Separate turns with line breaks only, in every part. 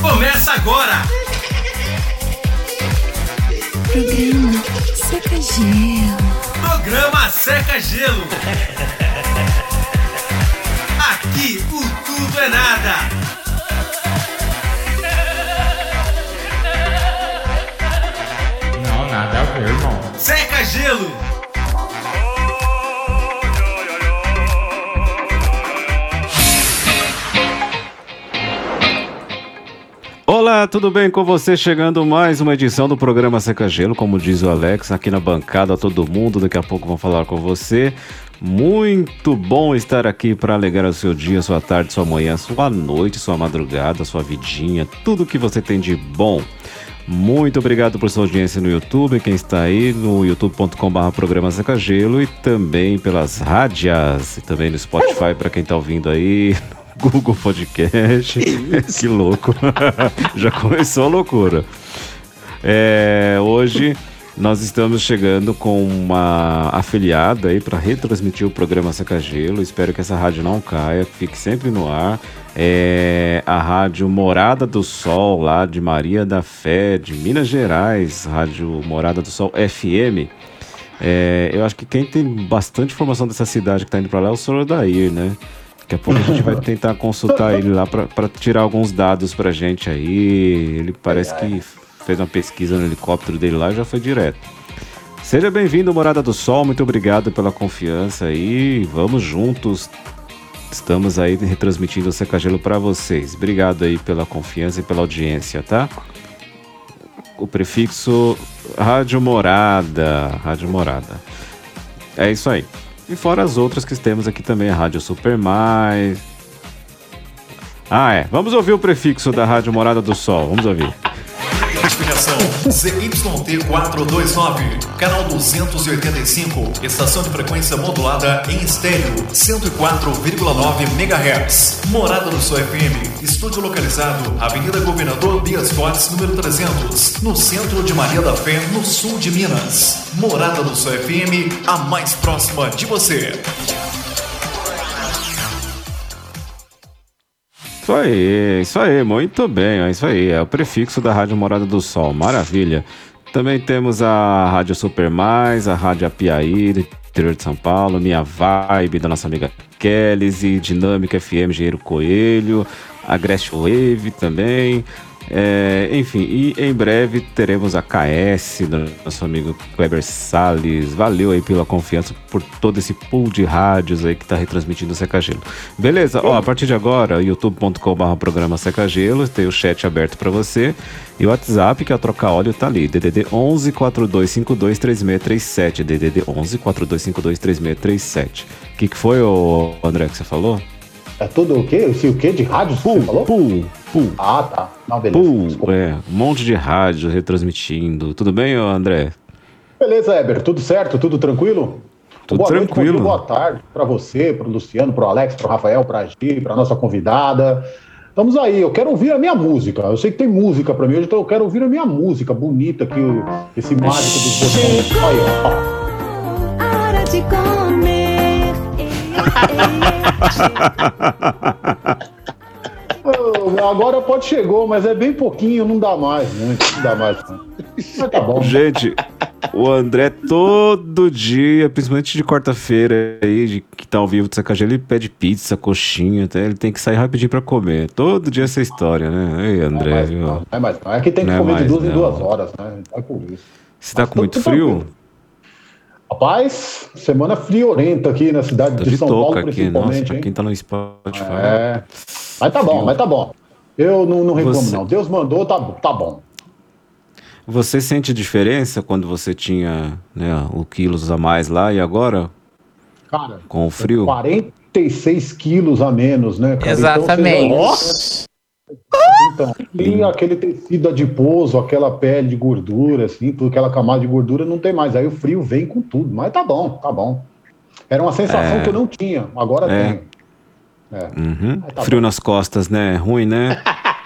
Começa agora!
Programa Seca Gelo.
Programa Seca Gelo. Aqui o tudo é nada.
Não, nada a ver, irmão.
Seca Gelo.
Olá, tudo bem com você? Chegando mais uma edição do programa Seca Gelo, como diz o Alex, aqui na bancada todo mundo, daqui a pouco vão falar com você. Muito bom estar aqui para alegrar o seu dia, sua tarde, sua manhã, sua noite, sua madrugada, sua vidinha, tudo que você tem de bom. Muito obrigado por sua audiência no YouTube, quem está aí no youtube.com.br programa Seca Gelo e também pelas rádias e também no Spotify para quem está ouvindo aí, Google Podcast. que louco. Já começou a loucura. É, hoje nós estamos chegando com uma afiliada aí para retransmitir o programa Seca Gelo. Espero que essa rádio não caia, que fique sempre no ar. É a rádio Morada do Sol, lá de Maria da Fé, de Minas Gerais, rádio Morada do Sol FM. É, eu acho que quem tem bastante informação dessa cidade que tá indo para lá é o senhor Dair, né? Daqui a pouco a gente vai tentar consultar ele lá para tirar alguns dados pra gente aí. Ele parece que fez uma pesquisa no helicóptero dele lá e já foi direto. Seja bem-vindo, Morada do Sol. Muito obrigado pela confiança aí. Vamos juntos. Estamos aí retransmitindo o Secagelo pra vocês. Obrigado aí pela confiança e pela audiência, tá? O prefixo Rádio Morada. Rádio Morada. É isso aí. E fora as outras que temos aqui também, a Rádio Super Mais. Ah, é. Vamos ouvir o prefixo da Rádio Morada do Sol. Vamos ouvir.
Destinação ZYT429, canal 285, estação de frequência modulada em estéreo, 104,9 MHz. Morada do Sol FM, estúdio localizado, Avenida Governador Dias Fortes, número 300, no centro de Maria da Fé, no sul de Minas. Morada do Sol FM, a mais próxima de você.
Isso aí, isso aí, muito bem, é isso aí, é o prefixo da Rádio Morada do Sol, maravilha. Também temos a Rádio Super Mais, a Rádio Apiaí, do interior de São Paulo, Minha Vibe, da nossa amiga Kelly, Dinâmica FM, Engenheiro Coelho, a Gresh Wave também. É, enfim, e em breve teremos a KS do nosso amigo Kleber Salles. Valeu aí pela confiança por todo esse pool de rádios aí que tá retransmitindo o Seca Gelo. Beleza, ó, a partir de agora, youtube.com.br programa Seca Gelo, tem o chat aberto para você. E o WhatsApp, que é a troca óleo, tá ali. DDD 11 4252 3637. DDD 11 4252 3637. O que, que foi, ô, André, que você falou?
É tudo o quê? Esse o quê? De rádio? Você falou?
Pool, pool.
Ah, tá. Não, beleza.
Pum,
Desculpa.
é, um monte de rádio retransmitindo. Tudo bem, ô André?
Beleza, Eber. Tudo certo? Tudo tranquilo?
Tudo
boa
tranquilo.
Noite, bom dia, boa tarde para você, para o Luciano, para o Alex, para o Rafael, para a Gi, para nossa convidada. Estamos aí. Eu quero ouvir a minha música. Eu sei que tem música para mim hoje, então eu quero ouvir a minha música bonita que o- esse mágico dos botões. Olha, ó.
A hora de comer.
Ô, Agora pode chegou, mas é bem pouquinho, não dá mais, né? Não dá mais. né? Mas tá bom.
Gente, o André todo dia, principalmente de quarta-feira aí, de, que tá ao vivo do Sacagelo, ele pede pizza, coxinha, até ele tem que sair rapidinho pra comer. Todo dia essa história, né? Ei,
Não é
André,
mais,
viu?
não. É mais, não. É que tem que
Não é
comer de
mais,
duas em
não.
duas horas, né? Então É por isso.
Você tá
Mas
com
tô-
muito
tô
frio?
tranquilo. Rapaz, semana friorenta aqui na cidade
Tô
de
Tá de
São Paulo,
touca aqui, nossa,
principalmente,
pra
hein?
quem tá no Spotify.
É. Mas tá bom, mas tá bom. Eu não, não reclamo,
Você-
não. Deus mandou, tá, bom, tá bom.
Você sente diferença quando você tinha, né, o quilos a mais lá e agora,
Cara,
com o frio?
46 quilos a menos, né? cara?
Exatamente.
Então, você- Nossa! Então, e aquele tecido adiposo, aquela pele de gordura, assim, tudo, aquela camada de gordura não tem mais. Aí o frio vem com tudo, mas tá bom, tá bom. Era uma sensação que eu não tinha, agora
É.
tenho. É.
Uhum.
Ah, tá
Frio nas costas, né? Ruim, né? É.
Tá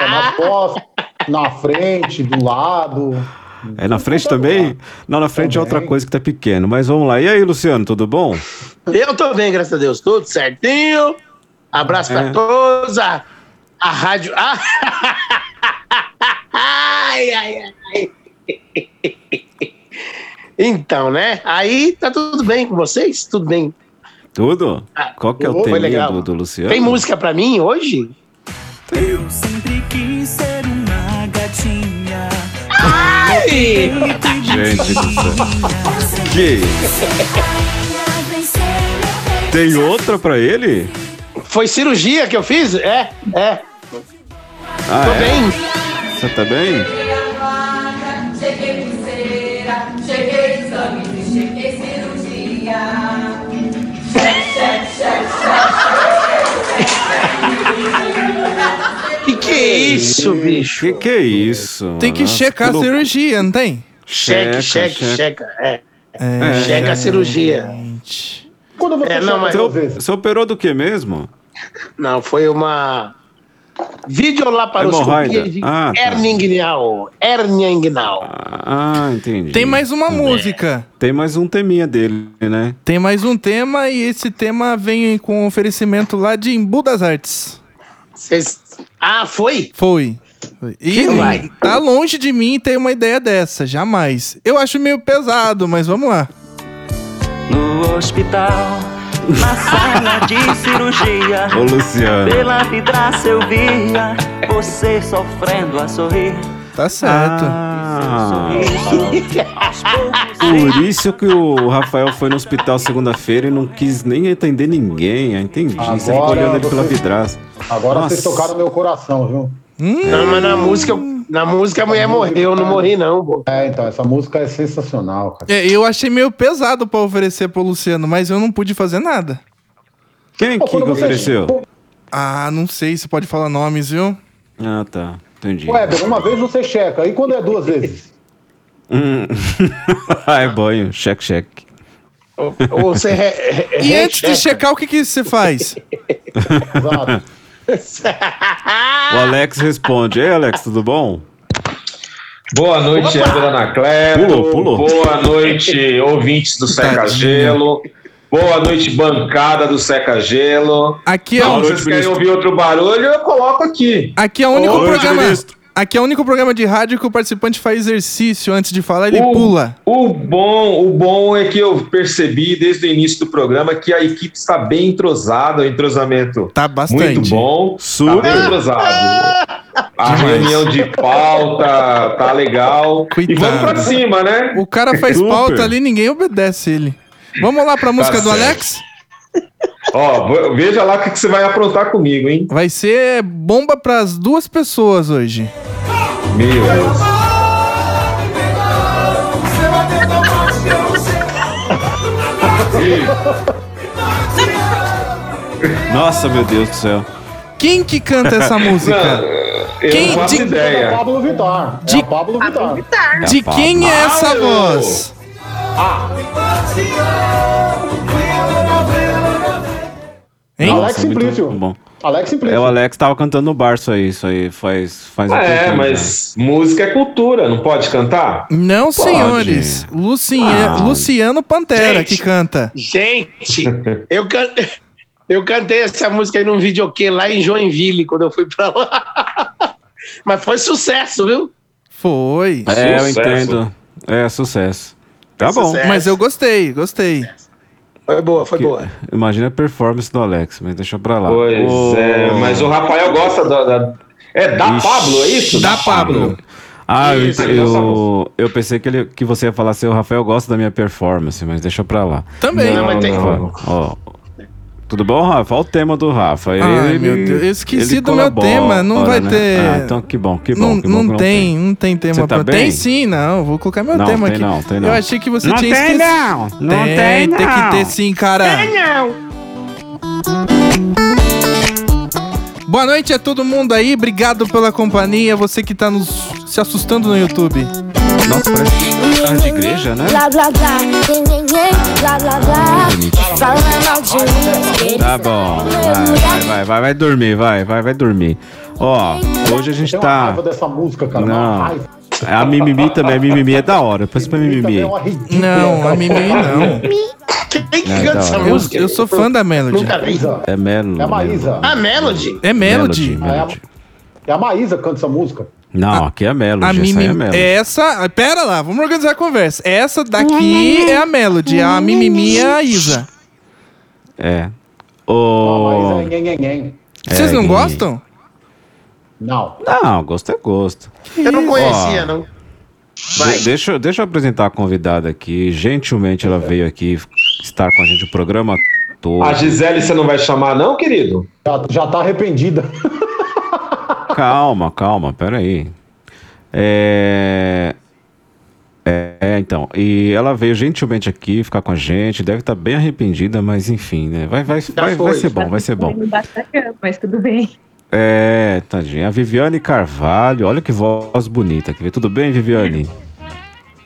Ah.
na costa, na frente, do lado.
É na frente
Tá
também?
bom.
Não, na frente é
Também.
outra coisa que tá pequeno. Mas vamos lá. E aí, Luciano, tudo bom?
Eu tô bem, graças a Deus, tudo certinho. Abraço
É.
pra todos. A,
A rádio. Ah! Ai, ai, ai. Então, né? Aí tá tudo bem com vocês? Tudo bem.
Tudo?
Ah,
Qual que é o
foi
tema
legal.
do, do Luciano?
Tem música pra mim hoje?
Eu sempre quis ser uma gatinha.
Ai!
Gente do céu. Que isso? Tem
Tem outro?
outra pra ele?
Foi cirurgia que eu fiz? É, é. Tô
Ah, é?
bem.
Você tá bem?
Cheguei pulseira, cheguei exame, cheguei cirurgia. Cheque, cheque, cheque, cheque.
Que que é isso, bicho?
Que que é isso?
Tem que
Nossa,
checar a
louco.
cirurgia, não tem?
Cheque, cheque, checa. É.
É,
Checa a cirurgia.
gente.
Quando você
É, não,
chega
mas-
Você,
duas
op-
vezes,
você operou do que mesmo?
Não, foi uma. Vídeo lá para os
Hemorroida.
de
Ah, tá.
hérnia inguinal. Hérnia inguinal.
Ah, entendi. Hum.
Tem mais uma música.
Tem mais um teminha dele, né?
Tem mais um tema e esse tema vem com oferecimento lá de Embu das Artes.
Vocês- Ah, foi?
Foi. Foi. E
vai.
tá longe de mim ter uma ideia dessa, jamais. Eu acho meio pesado, mas vamos lá.
No hospital, na sala de cirurgia,
Ô, Luciano.
pela vidraça eu via você sofrendo a sorrir.
Tá certo.
Ah,
Sorriso, aos poucos
por isso que o Rafael foi no hospital segunda-feira e não quis nem atender ninguém. eu Entendi. você ficou
Agora
olhando ele pela
você-
vidraça.
agora
Nossa.
vocês tocaram meu coração, viu?
Hum.
Não, mas na música, na música a mulher morreu, eu não morri, não. pô.
tá É, então, essa música é sensacional, cara.
É, eu achei meio pesado pra oferecer pro Luciano, mas eu não pude fazer nada.
Quem que,
Pô, quando
que
você-
ofereceu?
Ah, não sei se pode falar nomes, viu?
Ah, tá. Entendi.
Weber, uma vez você checa, e quando é duas vezes?
Hum. ah, é banho. Cheque, cheque.
Ou, ou você re- re-
E antes de
recheca.
checar, o que que você faz?
Exato.
O Alex responde. Ei, Alex, tudo bom?
Boa noite, André Anacleto.
Pulou, pulou.
É, Boa noite, ouvintes do Seca Gelo. Boa noite, bancada do Seca Gelo.
Aqui é,
Não,
o-
se vocês querem ouvir outro barulho, eu coloco aqui.
aqui é o único
Ô,
programa.
ministro.
Aqui é o único programa de rádio que o participante faz exercício antes de falar, ele
O-
pula.
O bom, o bom é que eu percebi desde o início do programa que a equipe está bem entrosada, o entrosamento
Tá bastante.
muito bom. Tá bem
Super.
entrosado. A
Demais.
reunião de pauta tá legal. E vamos
Coitado.
pra cima, né?
O cara faz
Super.
pauta ali, ninguém obedece ele. Vamos lá pra música do
Tá certo.
Alex?
Ó, vo- veja lá o que, que você vai aprontar comigo, hein?
Vai ser bomba pras duas pessoas hoje.
Meu Deus.
Nossa, meu Deus do céu.
Quem que canta essa
Não,
música?
eu
Quem
não faço
de-
É a
ideia.
Pablo Vittar. É
De-
a Pablo Vittar.
De quem é essa
Pablo.
voz?
Ah.
Hein?
Alex
Nossa, muito
Simplício.
Bom.
Alex
É, o
Simplício.
Alex tava cantando no bar, isso aí. Isso aí faz, faz um
É,
tempinho
mas música é cultura, não pode cantar?
Não, senhores. Luci-
Ah.
Luciano Pantera
Gente.
que canta.
Gente, eu, can... eu cantei essa música aí num videokê lá em Joinville, quando eu fui pra lá. Mas foi sucesso, viu?
Foi.
já. É, eu
Sucesso.
entendo. É, sucesso. Tá bom.
Sucesso.
Mas eu gostei, gostei.
Foi boa, foi
Que-
boa.
Imagina a performance do Alex, mas deixa pra lá.
Pois
Ô,
é, mas o Rafael gosta da. da- é da
Ixi.
Pablo, é isso?
Da Pablo.
Ah, eu,
Isso,
eu, eu pensei que, ele, que você ia falar assim, o Rafael gosta da minha performance, mas deixa pra lá.
Também.
Não, mas tem-
Ó, ó. Tudo bom, Rafa? Olha o tema do Rafa. Ele,
Ai, meu
ele-
Deus, eu esqueci
ele
do meu
colabora,
tema, não vai ter-
Ah, então que bom, que bom.
Não,
que bom
não
que
tem, não tem tema
Você tá
pra.
bem?
Tem sim, não. Vou colocar meu
Não,
tema
tem
aqui.
não, tem não.
Eu achei que você
Não
tinha
tem
esquecido.
não, não
tem,
tem
tem que
não.
ter sim, cara. Tem não. Boa noite a todo mundo aí. Obrigado pela companhia. Você que tá nos se assustando no YouTube.
Nossa, parece que tá de igreja, né?
Blá blá blá, nhenhenhen, blá blá blá. Fala mal de mim, eles
Tá bom, vai, vai, vai, vai, vai dormir, vai, vai, vai dormir. Ó, hoje a gente
Tem uma
tá.
raiva dessa música, cara. É
Não. É
Uma raiva.
A mimimi também, a mimimi é da hora. Pensa pra
Ele também
mimimi.
é uma ridícula,
Não,
cara.
a Mimi não.
Quem que
É,
canta
da
essa
hora.
Eu,
música?
eu sou fã da Melody.
Nunca vi.
Isa.
É Melo.
É a Maísa.
A Melody?
É Melody.
Melody.
Melody. É a Maísa que canta essa música.
Não, aqui é a Melody.
A
essa aí
Mimi,
é a Melody.
essa, ah, pera lá, vamos organizar a conversa. Essa daqui é a Melody, a Mimimi é a Isa.
É. Ô,
Maísa, nhen, nhen, nhen.
Vocês
É,
não
e-
gostam?
Não.
Não, gosto é gosto.
Eu não
Ó.
conhecia, não. Vai.
De- Deixa, eu- deixa eu apresentar a convidada aqui. Gentilmente ela veio aqui estar com a gente o programa todo.
A Gisele você não vai chamar, não, querido?
Já, já tá arrependida.
Calma, calma, peraí. É... é. é, então. E ela veio gentilmente aqui ficar com a gente. Deve estar bem arrependida, mas enfim, né? Vai, vai, vai, vai
foi.
ser
né?
bom, vai ser bom.
Embaixo da cama, mas tudo bem.
É, tadinha. A Viviane Carvalho, olha que voz bonita. que veio. Tudo bem, Viviane?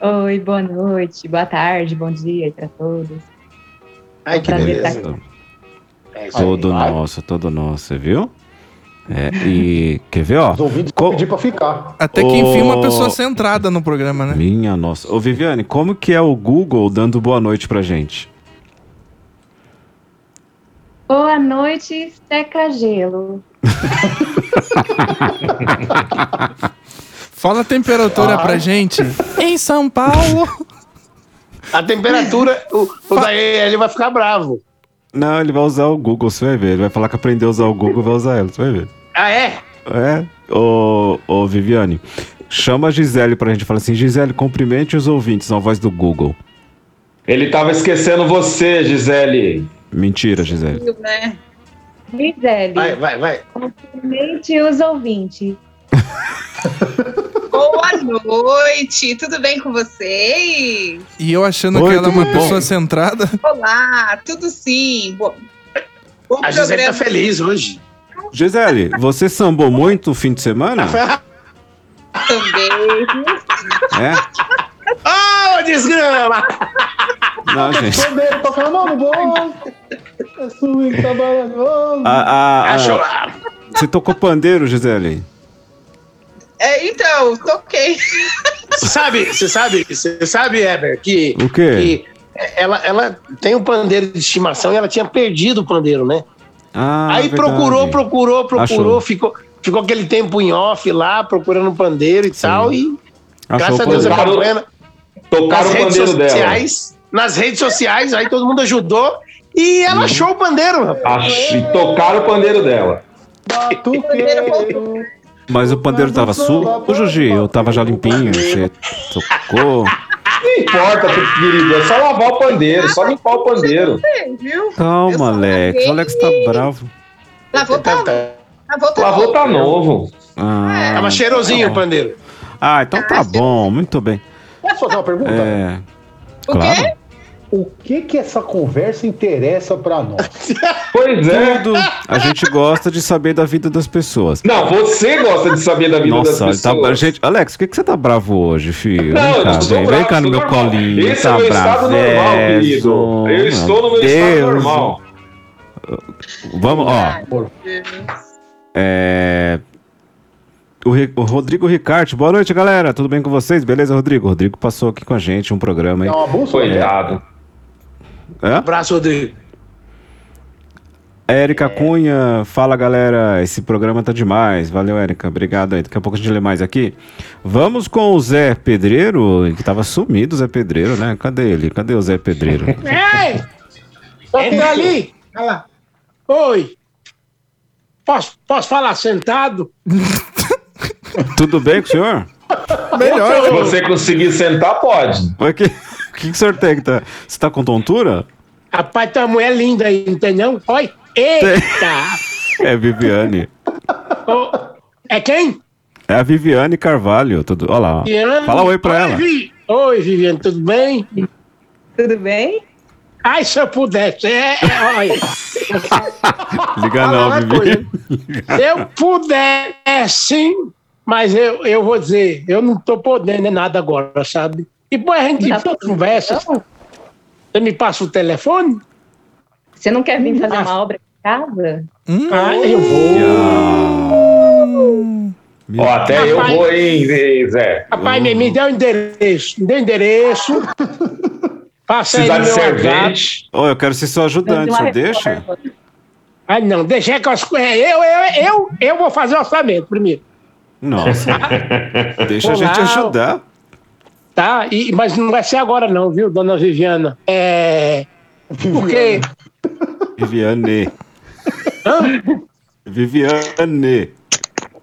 Oi, boa noite, boa tarde, bom dia para todos. um
Ai, que
Prazer
beleza.
estar
É isso aí.
Todo
vai.
nosso, todo nosso, viu? É, e quer ver, ó?
Os ouvintes
Co-
vão pedir pra ficar.
Até que enfim uma
Ô.
pessoa centrada no programa, né?
Minha nossa. Ô, Viviane, como que é o Google dando boa noite pra gente?
Boa noite, Seca Gelo.
Fala a temperatura pra gente. Em São Paulo.
A temperatura, o, o daí ele vai ficar bravo.
Não, ele vai usar o Google, você vai ver. Ele vai falar que aprendeu a usar o Google, vai usar ela, você vai ver.
Ah, é?
É? Ô, ô Viviane, chama a Gisele pra gente. Fala assim, Gisele, cumprimente os ouvintes na voz do Google.
Ele tava esquecendo você, Gisele.
Mentira, Gisele.
Gisele,
Vai, vai, vai.
cumprimente os ouvintes.
Boa noite, tudo bem com vocês?
E eu achando
Oi,
que ela é uma
tudo bom?
pessoa centrada.
Olá, tudo sim. Bo... Bom
A Gisele tá feliz hoje.
Gisele, você sambou muito o fim de semana?
também.
É?
Ah,
Ô, desgrama!
Não, Ah, gente.
Poder
tá
tocar a mão no bolso. É swing que tá balançando.
A- a- a-
Achou?
você tocou pandeiro, Gisele?
É, então, toquei.
Você sabe, você sabe, você sabe, Heber, que,
O quê?
que ela, ela tem um pandeiro de estimação e ela tinha perdido o pandeiro, né?
Ah,
Aí
verdade.
procurou, procurou, procurou,
Achou.
ficou, ficou aquele tempo em off lá, procurando um pandeiro e
Sim.
tal, e graças
Achou
a
o
Deus
pandeiro.
a campanha
pandeiro.
nas
Tocaram o
redes
pandeiro dela.
sociais, nas redes sociais, aí todo mundo ajudou e
Uhum.
ela achou o pandeiro, rapaz.
Ach- e Tocaram o pandeiro dela.
Batuqueiro.
Mas o pandeiro tava sujo, Gi? Eu tava já limpinho, você tocou.
Não importa, querido. É só lavar o pandeiro, só limpar o pandeiro.
Bem, viu? Eu só
Calma, Alex.
lavei.
O Alex tá bravo.
Lavou,
Então
tá, lavou, tá
Lavou tá novo.
Ah,
É, Tava cheirosinho o
tá bom.
pandeiro.
Ah, então tá bom, muito bem.
Posso fazer uma pergunta?
É,
O quê?
claro.
O que que essa conversa interessa pra nós?
Pois é.
Tudo. A gente gosta de saber da vida das pessoas.
Não, você gosta de saber da vida das
Nossa,
pessoas.
ele tá, bra- gente, Alex, por que, que você tá bravo hoje, filho?
Não, eu
vem cá,
estou
vem,
bravo,
vem cá no
estou
meu
normal.
colinho.
Esse
tá
é o meu estado normal, querido.
bravezo,
Eu estou no meu estado
Deus.
normal.
Vamos, ó. É... O, Ri- o Rodrigo Ricarte, boa noite, galera. Tudo bem com vocês? Beleza, Rodrigo? Rodrigo passou aqui com a gente um programa,
É
hein?
uma bússola?
Foi errado.
Hã?
Abraço, Rodrigo.
Érica Cunha, fala galera, esse programa tá demais. Valeu, Érica, obrigado aí. Daqui a pouco a gente lê mais aqui. Vamos com o Zé Pedreiro, que tava sumido o Zé Pedreiro, né? Cadê ele? Cadê o Zé Pedreiro?
Ei!
Tá
Entra ali! Olha lá. Oi! Posso, posso falar sentado?
Tudo bem com o senhor?
Se você conseguir sentar, pode.
Oi, que, que, que o senhor tem que tá? Você tá com tontura?
Rapaz, tua mulher é linda aí, não tem não? Oi! Eita!
É a Viviane.
Ô, é quem?
É a Viviane Carvalho. Tudo... Olha lá. ó.
Viviane?
Fala oi pra ela.
Vi- Oi, Viviane, tudo bem?
Tudo bem?
Ai, se eu pudesse, é, é, olha,
Liga
fala uma
não, Vivi.
se eu pudesse, mas eu, eu vou dizer, eu não tô podendo nada agora, sabe? Depois a gente
Tá bom.
conversa. Você me passa o telefone?
Você não quer vir fazer uma obra em casa?
Ah, eu vou.
Ó, até eu vou, hein, Zé- Zé.
Rapaz, me, me dê o endereço, me dê o endereço. Passa aí no
Precisar de
meu WhatsApp.
servente.
Ô, eu quero ser seu
Fazer
ajudante,
uma
você deixa?
reforma.
Ah, não, deixa que as coisas. Eu, eu, eu, eu vou fazer orçamento primeiro.
Nossa. Deixa a
Olá.
gente ajudar.
Tá? E, mas não vai ser agora, não, viu, dona Viviana? É. Porque.
Viviane.
Hã?
Viviane.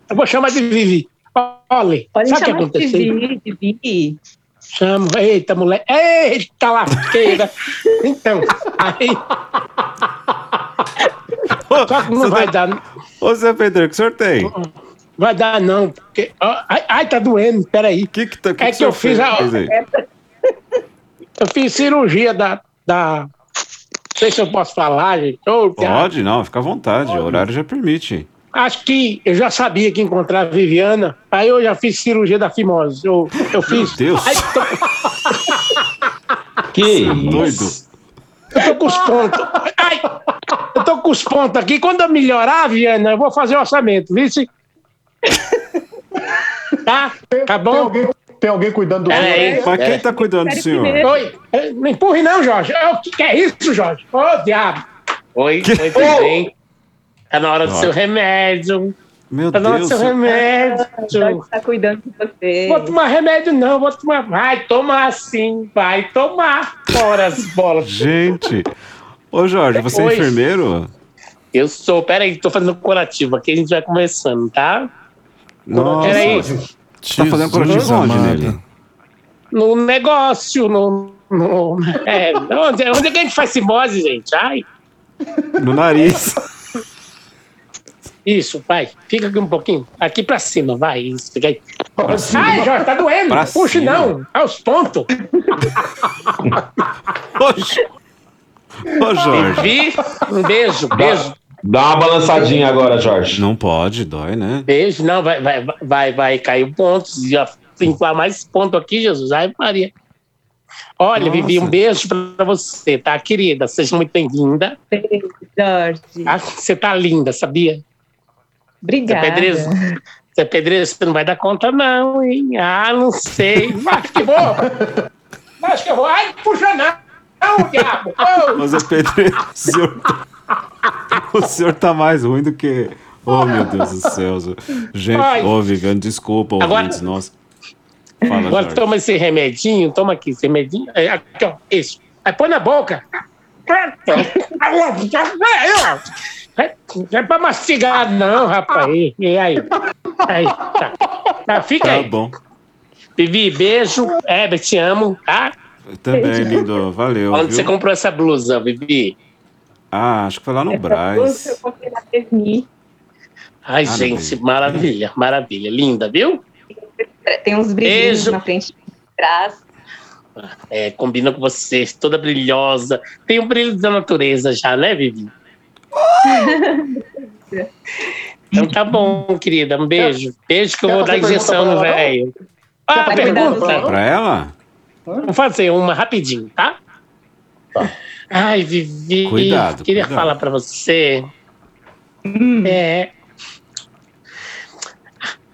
Eu vou chamar de Vivi. Olha,
Pode
sabe o que
chamar de
aconteceu?
Vivi, de Vivi.
Chamo, eita, moleque. Eita, lasqueira. Então, aí. Só que não vai dar.
tá- Ô, Zé Pedro, que senhor tem?
Vai dar, não. Porque... ó, Ai, ai, tá doendo, peraí.
Que que tá,
é que,
que o
eu
senhor
fiz a.
fez aí?
Eu fiz cirurgia da. da... Não sei se eu posso falar, gente. Ô, cara,
Pode, não, fica à vontade. O horário já permite.
Acho que eu já sabia que ia encontrar a Viviana. Aí eu já fiz cirurgia da fimose. Eu, eu fiz.
Deus.
Ai, tô-
Que doido.
Eu tô com os pontos. Ai, eu tô com os pontos aqui. Quando eu melhorar, Viana, eu vou fazer o orçamento, viu? se- Tá? Tá bom? Tem alguém, cuidando
do
Peraí,
senhor? Mas quem tá
cuidando
do senhor? primeiro.
Oi, é, não empurre não, Jorge. É, O que que é isso, Jorge? Ô, diabo.
Oi,
oi, tudo bem? Tá na hora do
Ó.
seu remédio.
Meu
tá na hora do
Deus.
seu remédio.
Tá cuidando de você.
Vou tomar remédio não, vou tomar. Vai tomar sim, vai tomar. Fora as bolas.
Gente. Ô, Jorge, você é
Oi.
enfermeiro?
Eu sou, peraí, tô fazendo curativo aqui, a gente vai começando, tá?
Nossa.
Peraí.
Tá fazendo corativo onde nele?
No negócio, no. no é, onde, onde é que a gente faz simose, gente? Ai.
No nariz.
Isso, vai. Fica aqui um pouquinho. Aqui pra cima, vai. Isso, fica aí. Ai, Jorge, tá doendo.
Pra
Puxa,
cima.
não. Aos pontos.
Ô, Jorge.
Vivi, um beijo, beijo.
Dá uma balançadinha agora, Jorge.
Não pode, dói, né?
Beijo, não, vai, vai, vai, vai cair pontos. Já inflar mais ponto aqui, Jesus. Ai, Maria. Olha,
Nossa.
Vivi, um beijo pra você, tá, querida? Seja muito bem-vinda.
Beijo, Jorge.
Ah, Você tá linda, sabia? Você é
Obrigada.
pedreiro? Você é pedreiro? Você não vai dar conta, não, hein? Ah, não sei. Acho que vou. Acho que eu vou. Ai, puxa não. Não, diabo.
Ô, Zé Pedro, é o senhor, o senhor tá mais ruim do que. Oh, meu Deus do céu. Zé. Gente,
Ai.
ô, Viviane, desculpa,
Agora-
ouvintes, nossa. Fala,
Agora
Jorge.
toma esse remedinho, toma aqui esse remedinho. É, aqui, ó, isso. Aí põe na boca. Não é pra mastigar, não, rapaz. E aí? Aí, tá. Tá, fica
Tá
aí.
bom.
Vivi, beijo. Heber, te amo, tá?
Também, lindo. Valeu.
Onde
viu?
você comprou essa blusa, Vivi? É,
Ah, acho que foi lá no Braz.
Eu comprei na Devni.
Ah,
Ai, gente, maravilha, maravilha. Linda, viu?
Tem uns brilhinhos
Beijo.
na frente e atrás.
É, combina com você, toda brilhosa. Tem o brilho da natureza já, né, Vivi? Então tá bom, querida. Um beijo. Beijo que eu
Quer
vou
fazer
dar injeção
pergunta
no
pra ela,
velho. Ah,
Quer fazer pergunta
pergunta.
Pra ela?
Vou fazer uma rapidinho, tá?
Tá.
Ai, Vivi,
Cuidado,
queria
cuidado.
falar pra você.
Hum.
É.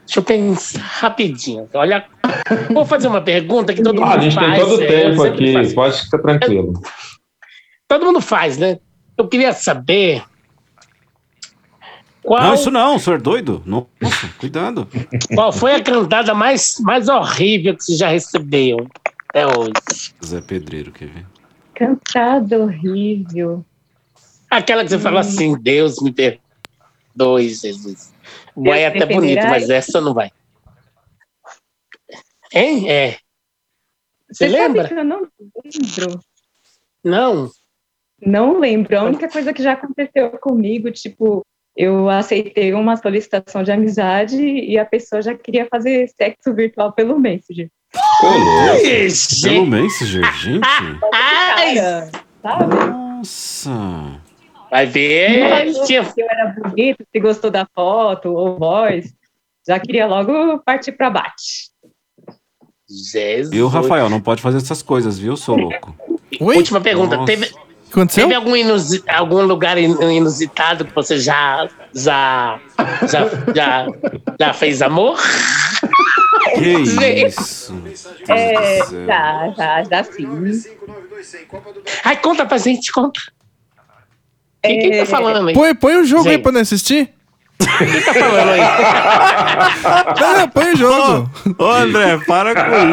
Deixa eu pensar rapidinho. Olha, vou fazer uma pergunta que todo
Ah, a
mundo
gente
faz.
tem todo o
é,
tempo
sempre
aqui,
faz.
pode ficar tranquilo.
Todo mundo faz, né? Eu queria saber. Qual,
Não, isso não, o senhor é doido? Nossa, cuidado.
qual foi a cantada mais, mais horrível que você já recebeu até hoje?
Zé Pedreiro, quer ver?
Cantado horrível.
Aquela que você falou assim, Deus me perdoe, Jesus. Vai é até bonito,
defenderá
mas
eu.
essa não vai. Hein? É. Você
sabe
lembra?
que eu não lembro.
Não.
Não lembro. A única coisa que já aconteceu comigo, tipo, eu aceitei uma solicitação de amizade e a pessoa já queria fazer sexo virtual pelo Messenger.
Pelo Messenger, gente.
Ai! Sabe?
Nossa.
Vai ver.
Não falou se eu era bonito, se gostou da foto ou voz. Já queria logo partir pra bate.
Jesus.
Viu, Rafael? Não pode fazer essas coisas, viu, seu louco?
Última pergunta.
Nossa.
Teve,
aconteceu?
teve algum, inusi- algum lugar in- inusitado que você já já já, já, já fez amor?
Que
Gente.
isso?
É,
céu.
já, já, já sim.
Ai, conta pra gente, conta. Quem,
É.
quem tá falando aí?
Põe, põe o jogo aí
Gente.
pra não assistir.
Quem tá falando aí?
Ah, põe o jogo.
Ô, André, para com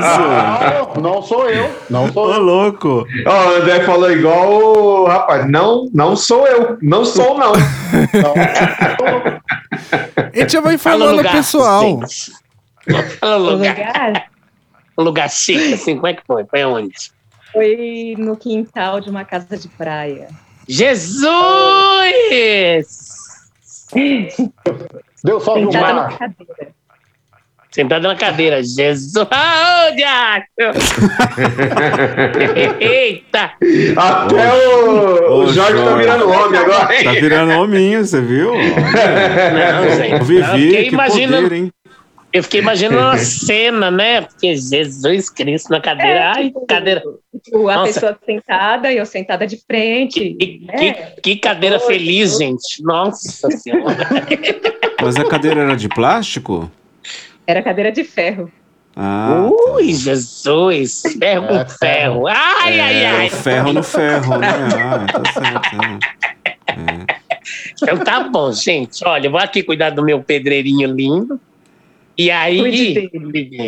isso.
Não sou eu. Não sou
Ô, louco.
Ó, o André falou igual o rapaz. Não, não sou eu. Não sou, não.
A gente já vai
Tá
informando o
lugar,
pessoal.
gente. Fala o lugar. Um lugar seco, assim, como é que foi? Foi onde?
Foi no quintal de uma casa de praia.
Jesus!
Deu só no
Sentada
mar.
tá na cadeira.
Sentado na cadeira. Jesus! Ah, Ô, diacho! Eita!
Até o, o
Ô,
Jorge tá
Jorge.
virando homem agora. hein?
Tá virando hominho, você viu?
Não, gente. não,
Ô,
eu
Vivi,
fiquei
que poder, hein?
Eu fiquei imaginando a cena, né? Porque Jesus Cristo na cadeira.
É,
Ai,
tipo,
cadeira.
tipo, a
Nossa.
pessoa sentada e eu sentada de frente. né?
Que, que cadeira feliz, gente. Nossa Senhora.
Mas a cadeira era de plástico?
Era cadeira de ferro.
Ah,
Uh!
Ui, Jesus. Ferro com ferro. Ai, ai,
é,
ai.
o ferro no ferro, né? Ah, tá certo. é.
Então tá bom, gente. Olha, eu vou aqui cuidar do meu pedreirinho lindo. E aí,
Cuide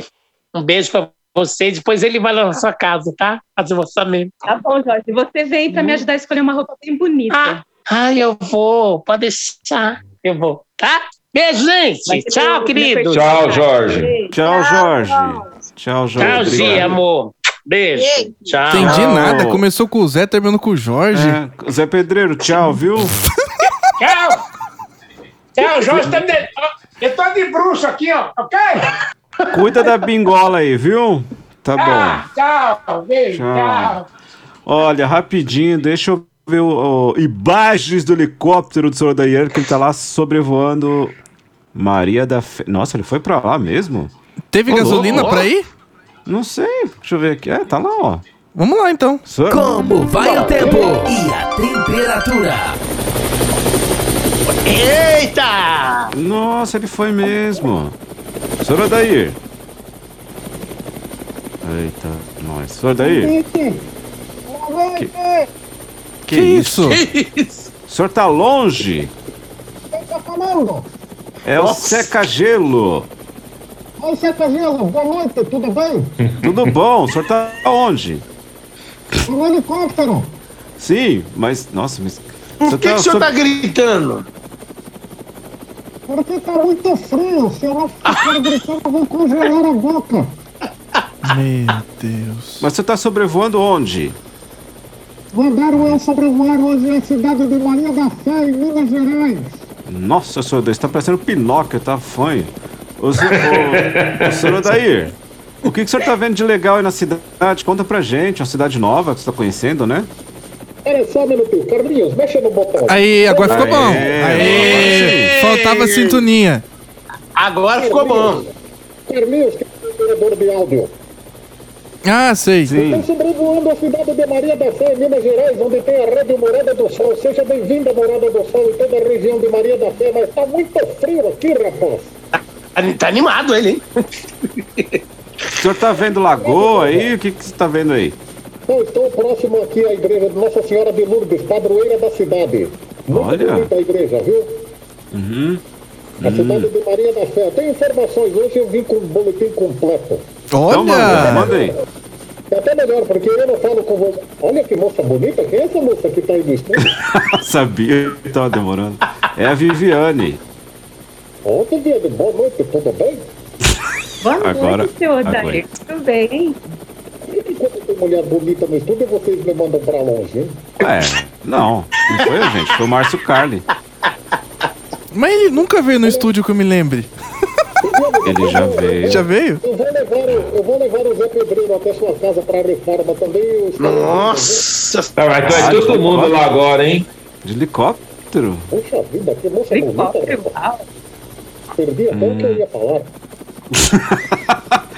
um beijo pra você. Depois ele vai lá na sua casa, tá? Fazer o orçamento.
Tá bom, Jorge. Você veio pra me ajudar a escolher uma roupa bem bonita.
Hum. Ah, ai, eu vou. Pode deixar. Eu vou, tá? Beijo, gente.
Vai ser
Tchau,
meu-
querido.
meu
Tchau, Jorge.
Tchau, Jorge. Tchau, Jorge.
Tchau, Gi,
Obrigado.
amor. Beijo. Tchau.
Entendi
Não.
nada. Começou com o Zé, terminou com o Jorge.
É, Zé Pedreiro, tchau, viu?
Tchau! Tchau, Jorge. tá de- Eu tô de bruxo aqui, ó. Ok?
Cuida da bingola aí, viu? Tá bom.
Ah,
Tchau. Beijo.
Tchau.
Tchau.
Olha, rapidinho, deixa eu ver o, o- imagens do helicóptero do senhor Daiane, que ele tá lá sobrevoando Maria da Fé. Nossa, ele foi pra lá mesmo?
Teve
Ô,
gasolina
louco, ó.
pra ir?
Não sei, deixa eu ver aqui. É, tá lá, ó.
Vamos lá então.
Senhor-
Como vai É o tempo e a temperatura?
Eita!
Nossa, ele foi mesmo. Senhor Adair. Eita, nós. Senhor Adair, que,
Que isso?
Que isso? O senhor tá longe?
Quem tá falando?
É o seca-gelo.
Oi, Sertagelo. Boa noite. Tudo bem?
Tudo bom? O senhor tá onde?
Um helicóptero.
Sim, mas. Nossa, mas.
Por que, que o senhor tá gritando?
Porque tá muito frio. Se eu não ficar gritando, eu vou congelar a boca.
Meu Deus.
Mas você tá sobrevoando onde?
Mandaram eu sobrevoar hoje a cidade de Maria da Fé, em Minas Gerais.
Nossa, senhor Deus, tá parecendo Pinóquio, tá fanho. Ô, senhor, ô, ô, senhor Odair, o que, que o senhor tá vendo de legal aí na cidade? Conta pra gente, uma cidade nova que você tá conhecendo, né?
Pera só um minutinho. Carlinhos, mexa no botão.
Aí, agora ficou bom.
Aê.
Aê! Faltava a sintonia.
Agora ficou bom.
Carlinhos, que é o operador de áudio.
Ah, sei.
Estou sobrevoando a cidade de Maria da Fé, em Minas Gerais, onde tem a Rádio Morada do Sol. Seja bem-vinda, Morada do Sol, em toda a região de Maria da Fé, mas tá muito frio aqui, rapaz.
Tá animado ele, hein?
O senhor tá vendo lagoa aí? O que, que você tá vendo aí?
Eu estou então, próximo aqui à igreja de Nossa Senhora de Lourdes, padroeira da cidade. Muito
Olha.
bonita a igreja, viu?
Uhum.
A cidade de Maria da Fé. Tem informações, hoje eu vim com o boletim completo.
Então manda,
Olha!
manda aí.
É até melhor, porque eu não falo com você. Olha que moça bonita, quem é essa moça que tá aí no estúdio?
Sabia que tava demorando. É a Viviane.
Ontem, Diego, boa noite, tudo bem?
Boa
Agora-
noite, senhor
agora.
Daí. Tudo bem?
Por que quando tem mulher bonita no estúdio vocês me mandam pra longe, hein?
É, não, não foi eu, gente, foi o Márcio Carli.
Mas ele nunca veio no estúdio que eu me lembre.
Ele já veio.
Já veio?
Eu vou levar, o- eu vou levar o Zé Pedreiro até sua casa pra reforma também. Eu estou-
Nossa!
Tá, vai, vai todo mundo lá agora, hein?
Ah, De helicóptero?
Puxa vida, que moça bonita. rapaz. Perdi até o que eu ia falar.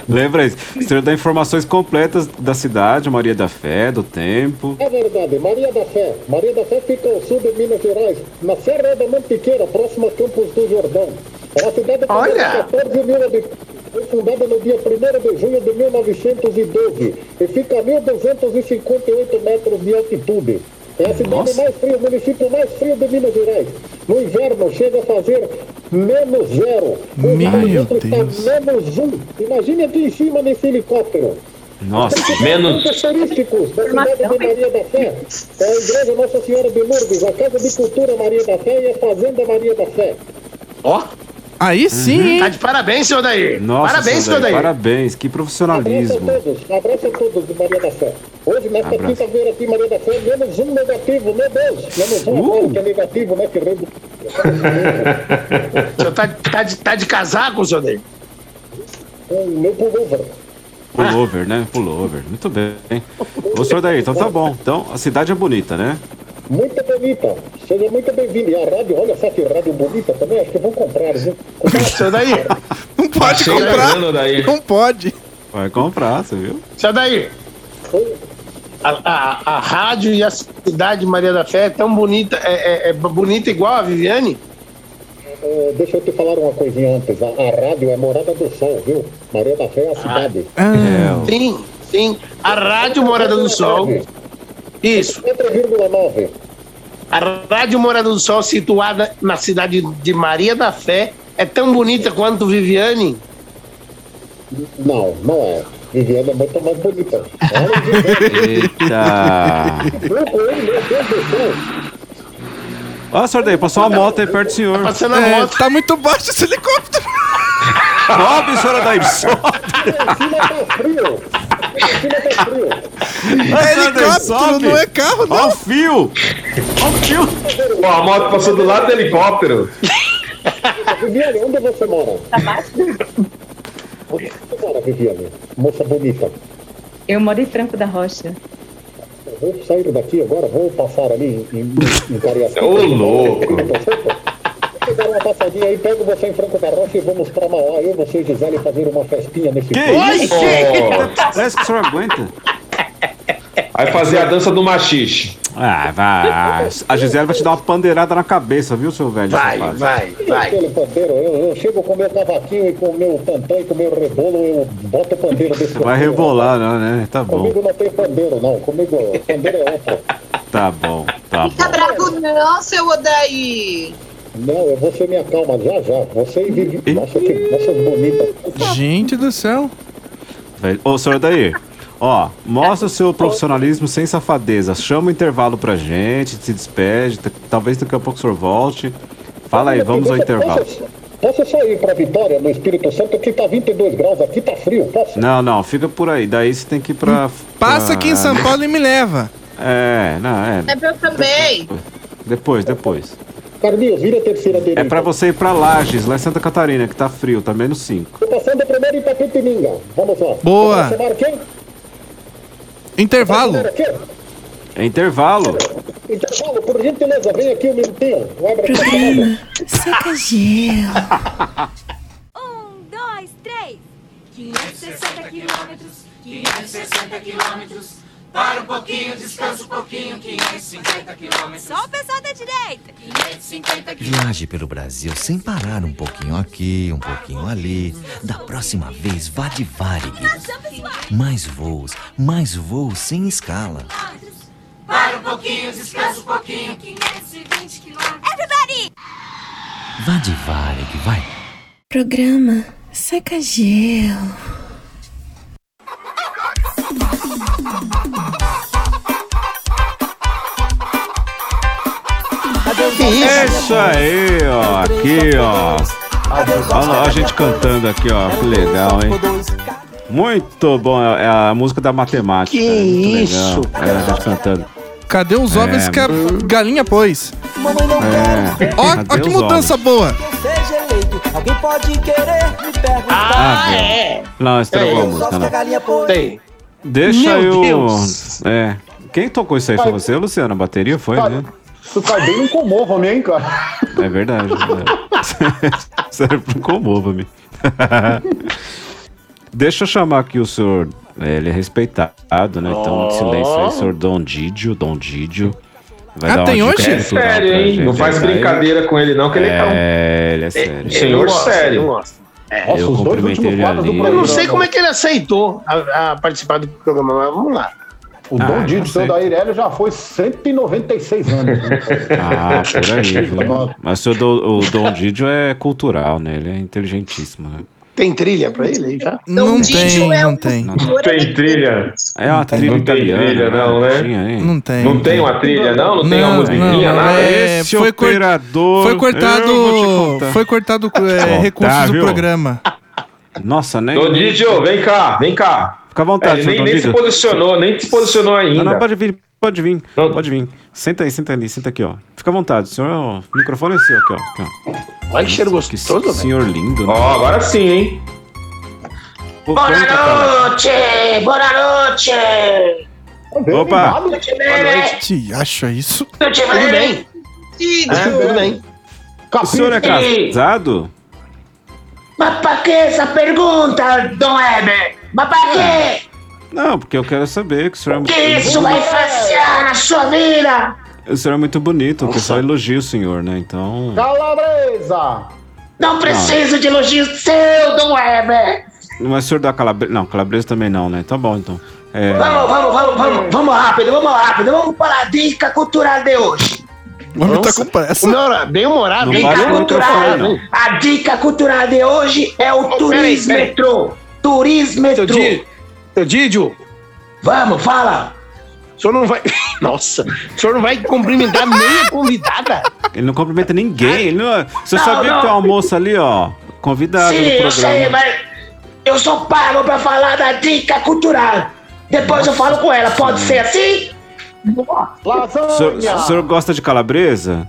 Lembra isso? O senhor dá informações completas da cidade, Maria da Fé, do tempo.
É verdade, Maria da Fé. Maria da Fé fica ao sul de Minas Gerais, na Serra da Mantiqueira, próxima a Campos do Jordão. É uma cidade que
Olha!
tem 14 mil habitantes. Foi fundada no dia 1 de junho de 1912 e fica a 1.258 metros de altitude. É a cidade
Nossa.
mais fria, o município mais frio de Minas Gerais. No inverno chega a fazer menos zero. O
Meu
termômetro
Deus.
está menos um. Imagine aqui em cima nesse helicóptero.
Nossa,
Pontos turísticos da cidade de Maria da Fé. É a Igreja Nossa Senhora de Lourdes, a Casa de Cultura Maria da Fé e a Fazenda Maria da Fé.
Ó.
Aí sim.
Tá de parabéns, senhor Daí.
Uhum. Nossa,
parabéns,
seu
senhor
Daí.
Daí.
Parabéns,
Abraço
que
a
profissionalismo.
todos, Um abraço a todos de Maria da Fé. Hoje, nesta
Abraço.
quinta-feira aqui, em Maria da Fé, menos um negativo, meu Deus! Menos um agora, que é negativo, né? Que rende.
O senhor tá, tá de, tá de casaco, senhor Daí?
Um meu pullover.
Pullover, né? Pullover. Muito bem. Ô, senhor Daí, então tá bom. Então, a cidade é bonita, né?
Muito bonita. Seja muito bem-vindo. E a rádio, olha só que rádio bonita também, acho que vão comprar, viu?
Senhor Daí.
Não
Tá
pode
Achei
comprar.
engano daí.
Não pode.
Vai comprar, você viu?
Senhor Daí. A, a- a rádio e a cidade de Maria da Fé é tão bonita, é, é- é bonita igual a Viviane?
Eh, deixa eu te falar uma coisinha antes. A, a rádio é Morada do Sol, viu? Maria da Fé é a cidade.
Sim, sim. A Rádio Morada do Sol. Isso.
4,9.
A Rádio Morada do Sol, situada na cidade de Maria da Fé, é tão bonita quanto Viviane?
Não, não é. Viviana é muito mais bonita. Olha,
Eita.
Viviana, meu Deus do céu.
Ó, senhor Daí, passou uma moto aí perto do senhor. Tá
passando
É, tá muito baixo esse helicóptero.
Sobe, senhora Daí, sobe.
Tá
É helicóptero, não é carro, não.
Ó um o fio.
Ó o fio.
Ó, a moto passou do lado do helicóptero.
Viviane, onde você mora?
Tá
Onde você mora, Viviane? Moça bonita.
Eu moro em Franco da Rocha.
Eu Vou sair daqui agora, vou passar ali em, em, em Cariacica. Tá
Ô, louco.
Vou dar uma passadinha aí, pego você em Franco da Rocha e vamos pra Mauá. Eu, você e Gisele fazer uma festinha nesse
Que
Oi,
isso?
gente!
Parece que o senhor aguenta.
Aí fazer a dança do machixe.
Ah, vai. A Gisele vai te dar uma pandeirada na cabeça, viu, seu velho? safado?
Aquele pandeiro, eu, eu chego com meu cavaquinho e com o meu tantã e com o meu rebolo, eu boto o pandeiro desse
Você vai
jeito.
rebolar, não, né? Tá bom,
Comigo não tem pandeiro, não. Comigo, pandeiro é outro.
tá bom, tá bom.
Tá bravo não, seu Odaí.
Não, eu vou ser minha calma já já. Você e Vivi. Nossa, que moças bonitas.
Gente do céu.
Velho. Ô, senhor Daí, ó, mostra o seu profissionalismo sem safadeza. Chama o intervalo pra gente, se despede. t- Talvez daqui a pouco o senhor volte. Fala aí, vamos ao intervalo.
Posso, posso só ir pra Vitória, no Espírito Santo, que tá 22 graus aqui, tá frio. Posso?
Não, não, fica por aí. Daí você tem que ir pra.
Hum, Passa aqui em São
Ah.
Paulo e me leva.
É, não, é.
É meu também.
Depois, depois.
Carlinhos, vira a terceira direita.
É pra você ir pra Lages, lá em Santa Catarina, que tá frio, tá menos 5.
Tô passando primeiro em Tapetininga. Vamos lá.
Boa.
Você marca quem?
Intervalo.
Você marca quem?
É intervalo.
Intervalo, por gentileza, vem aqui um minutinho. Vai abrir a porta.
Seca gelo.
Um, dois, três. 560 quilômetros, 560 quilômetros. Para um pouquinho, descansa um pouquinho, 550 quilômetros. Só o pessoal da direita. 550
Viaje pelo Brasil sem parar um pouquinho aqui, um pouquinho ali. Da próxima vez, vá de Varig. Mais voos, mais voos sem escala.
Para um pouquinho, descansa um pouquinho, 520 quilômetros. Everybody!
Vá de Varig, vai.
Programa Seca Gelo.
É isso aí, ó. Aqui, ó. Olha lá, a gente cantando aqui, ó. Que legal, hein? Muito bom. É a música da matemática.
Que
é muito legal.
isso,
É, a gente cantando.
Cadê os
É,
ovos que a
muito-
galinha pôs?
É.
Ó, ó
Cadê
que
os
mudança boa.
Seja eleito, alguém pode querer me perguntar.
Ah, é. Não, estragou a música, não. Deixa
Meu
eu.
Deus.
É. Quem tocou isso aí? Foi você, Luciano? A bateria foi, né?
Isso tá bem um comova, hein, cara?
É verdade. é. Sério, comova-me. Deixa eu chamar aqui o senhor. é, Ele é respeitado, né? Então, silêncio aí, senhor Dom Didio. Dom Didio.
Ah, tem hoje?
dica
É
cultural
sério,
pra
hein?
gente.
Não faz
Essa aí-
brincadeira com ele, não, que ele é um-
é, ele é sério.
senhor sério.
eu cumprimentei ele ali.
Eu não sei como é que ele aceitou a, a participar do programa, mas vamos lá.
O
Ah,
dom
eu
de né?
não
seu
sei.
da Eireli já foi 196 anos.
Ah, por aí.
Nossa.
Viu? Mas o, seu do, o Dom Didio é cultural, né? Ele é inteligentíssimo, né?
Tem trilha pra ele aí já?
Não tem,
é um
não tem.
Tem trilha.
É uma trilha
Não tem
italiana.
trilha, não, né?
Não tem.
Não tem uma trilha, não? Não tem uma musiquinha,
não,
nada?
é,
Esse
foi cor-
operador,
Foi
eu vou te
cortado,
contar.
foi cortado é,
Ó,
recursos
tá,
do
viu?
programa.
Nossa, né?
Dom Didio, vem cá, vem cá.
Fica à vontade,
É, nem,
Dom
nem se
Didio.
posicionou, nem se posicionou ainda.
Não, não, pode vir, pode vir. Pode vir. Senta aí, senta ali, senta aqui, ó. Fica à vontade, senhor. ó, O microfone é seu aqui, ó. Aqui, ó.
Olha que cheiro gostoso, velho.
Senhor lindo. né?
Ó, agora sim, hein?
Boa
noite! Boa noite!
é? Opa!
Tudo bem?
Te acha isso?
Tudo bem?
Tudo bem.
Ah, O senhor é
Sim.
casado?
Mas pra que essa pergunta, Dom Heber? Mas pra
Ah.
quê?
Não, porque eu quero saber que o senhor é muito.
Que isso vai influenciar na sua vida?
O senhor é muito bonito, o pessoal elogia o senhor, né? Então.
Calabresa!
Não preciso de elogios seu, Dom Heber!
Mas o senhor dá calabresa. Não, calabresa também não, né? Tá bom, então. É,
Vamos, vamos, vamos, vamos, vamos rápido, vamos rápido, vamos para a dica cultural de hoje.
O homem tá com pressa.
Não, bem humorado.
Dica cultural. A dica cultural de hoje é o
peraí,
turismo
peraí.
metrô. Turismo
Seu
metrô.
Di- seu Didio.
Vamos, fala.
O senhor não vai... Nossa, o senhor não vai cumprimentar nem a convidada?
ele não cumprimenta ninguém. Ele não... é- Você
Não,
sabia
não.
que tem uma moça ali, ó, convidada
Sim,
do
eu sei,
programa.
mas eu sou pago pra falar da dica cultural. Depois eu falo com ela, pode
Hum.
ser assim?
O senhor, o senhor gosta de calabresa?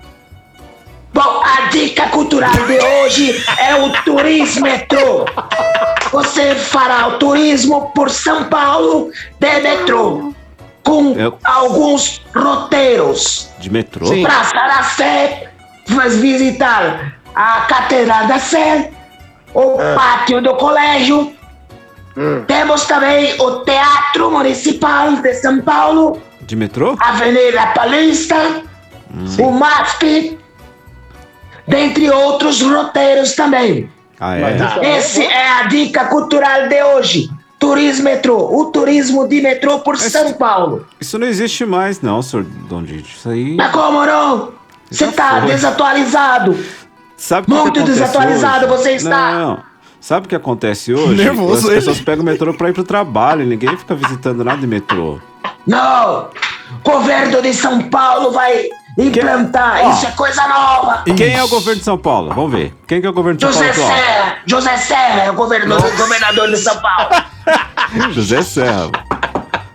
Bom, a dica cultural de hoje é o turismo metrô. Você fará o turismo por São Paulo de metrô, com
Eu-
alguns roteiros.
De metrô?
Praça da Sé, vas visitar a Catedral da Sé, o pátio do colégio. Temos também o Teatro Municipal de São Paulo,
De metrô? Hum.
Avenida Paulista, o MASP, dentre outros roteiros também.
Ah,
Esse é a dica cultural de hoje. Turismo metrô, o turismo de metrô por São Paulo.
Isso não existe mais, não, senhor Dom Didi. Isso aí.
Mas como não? Você tá
foi.
desatualizado.
Sabe o que
Muito
que acontece
desatualizado
hoje?
você está.
Não. Sabe o que acontece hoje?
Nervoso
As
ele.
pessoas pegam o metrô pra ir pro trabalho, ninguém fica visitando nada de metrô.
Não! Governo de São Paulo vai implantar.
Ó.
Isso é coisa nova.
E Quem é o governo de São Paulo? Vamos ver. Quem que é o governo de São
José
Paulo atual?
Serra. José Serra é o governo- governador de São Paulo.
José Serra.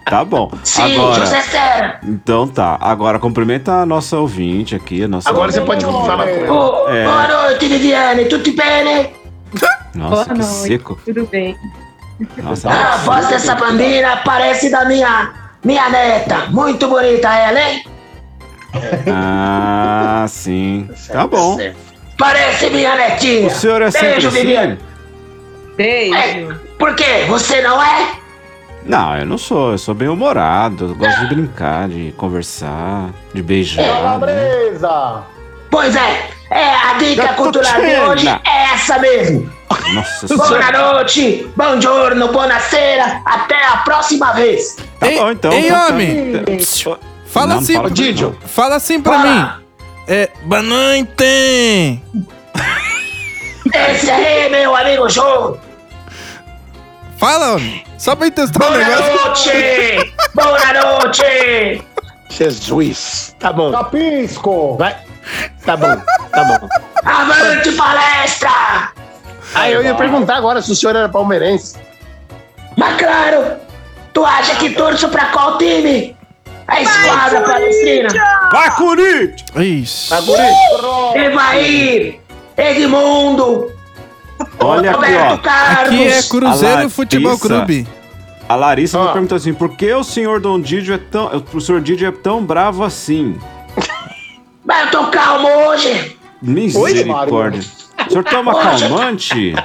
Tá bom.
Sim,
Agora,
José Serra.
Então tá. Agora cumprimenta a nossa ouvinte aqui. A nossa
Agora você pode falar com ela.
É.
Boa noite, Viviane. Tudo bem? né?
Nossa, que
Boa noite.
seco. Tá
Tudo bem.
Nossa,
Ah, a voz dessa bandina parece da minha, minha neta. Muito bonita ela, hein?
Ah, sim. Tá bom.
Parece minha netinha.
O senhor é sempre
Beijo,
assim?
Viviane. Beijo. por quê? Você não é?
Não, eu não sou. Eu sou bem humorado. Eu gosto de brincar, de conversar, de beijar. né?
Calabresa!
Pois é. É, a dica cultural de
tchena.
hoje é essa mesmo.
Nossa
Boa
senhora.
noite, bom giorno, boa cera, até a próxima vez.
Tá bom, então.
Ei,
Então tá-
homem!
Tá-
Fala
Não,
assim,
fala comigo,
Fala assim pra mim. É, boa noite!
Esse aí, meu amigo João.
Fala, homem.
Tá
Só pra eu testar o
Boa
negócio.
noite, boa noite.
Jesus. Tá bom.
Capisco!
Vai. Tá bom, tá bom.
Avante palestra.
Aí eu ia perguntar agora se o senhor era palmeirense.
Mas claro, tu acha que torço pra qual time? A esquadra palestina.
Vai, Corinthians!
Isso.
Evair, Edmundo,
Olha aqui,
Roberto
ó.
Carlos.
Aqui é Cruzeiro
A
Futebol
Larissa.
Clube.
A Larissa me perguntou assim: por que o senhor Dom Didio é tão. O senhor Didio é tão bravo assim?
Mas eu tô calmo hoje.
Misericórdia. O senhor toma
Hoje-
calmante?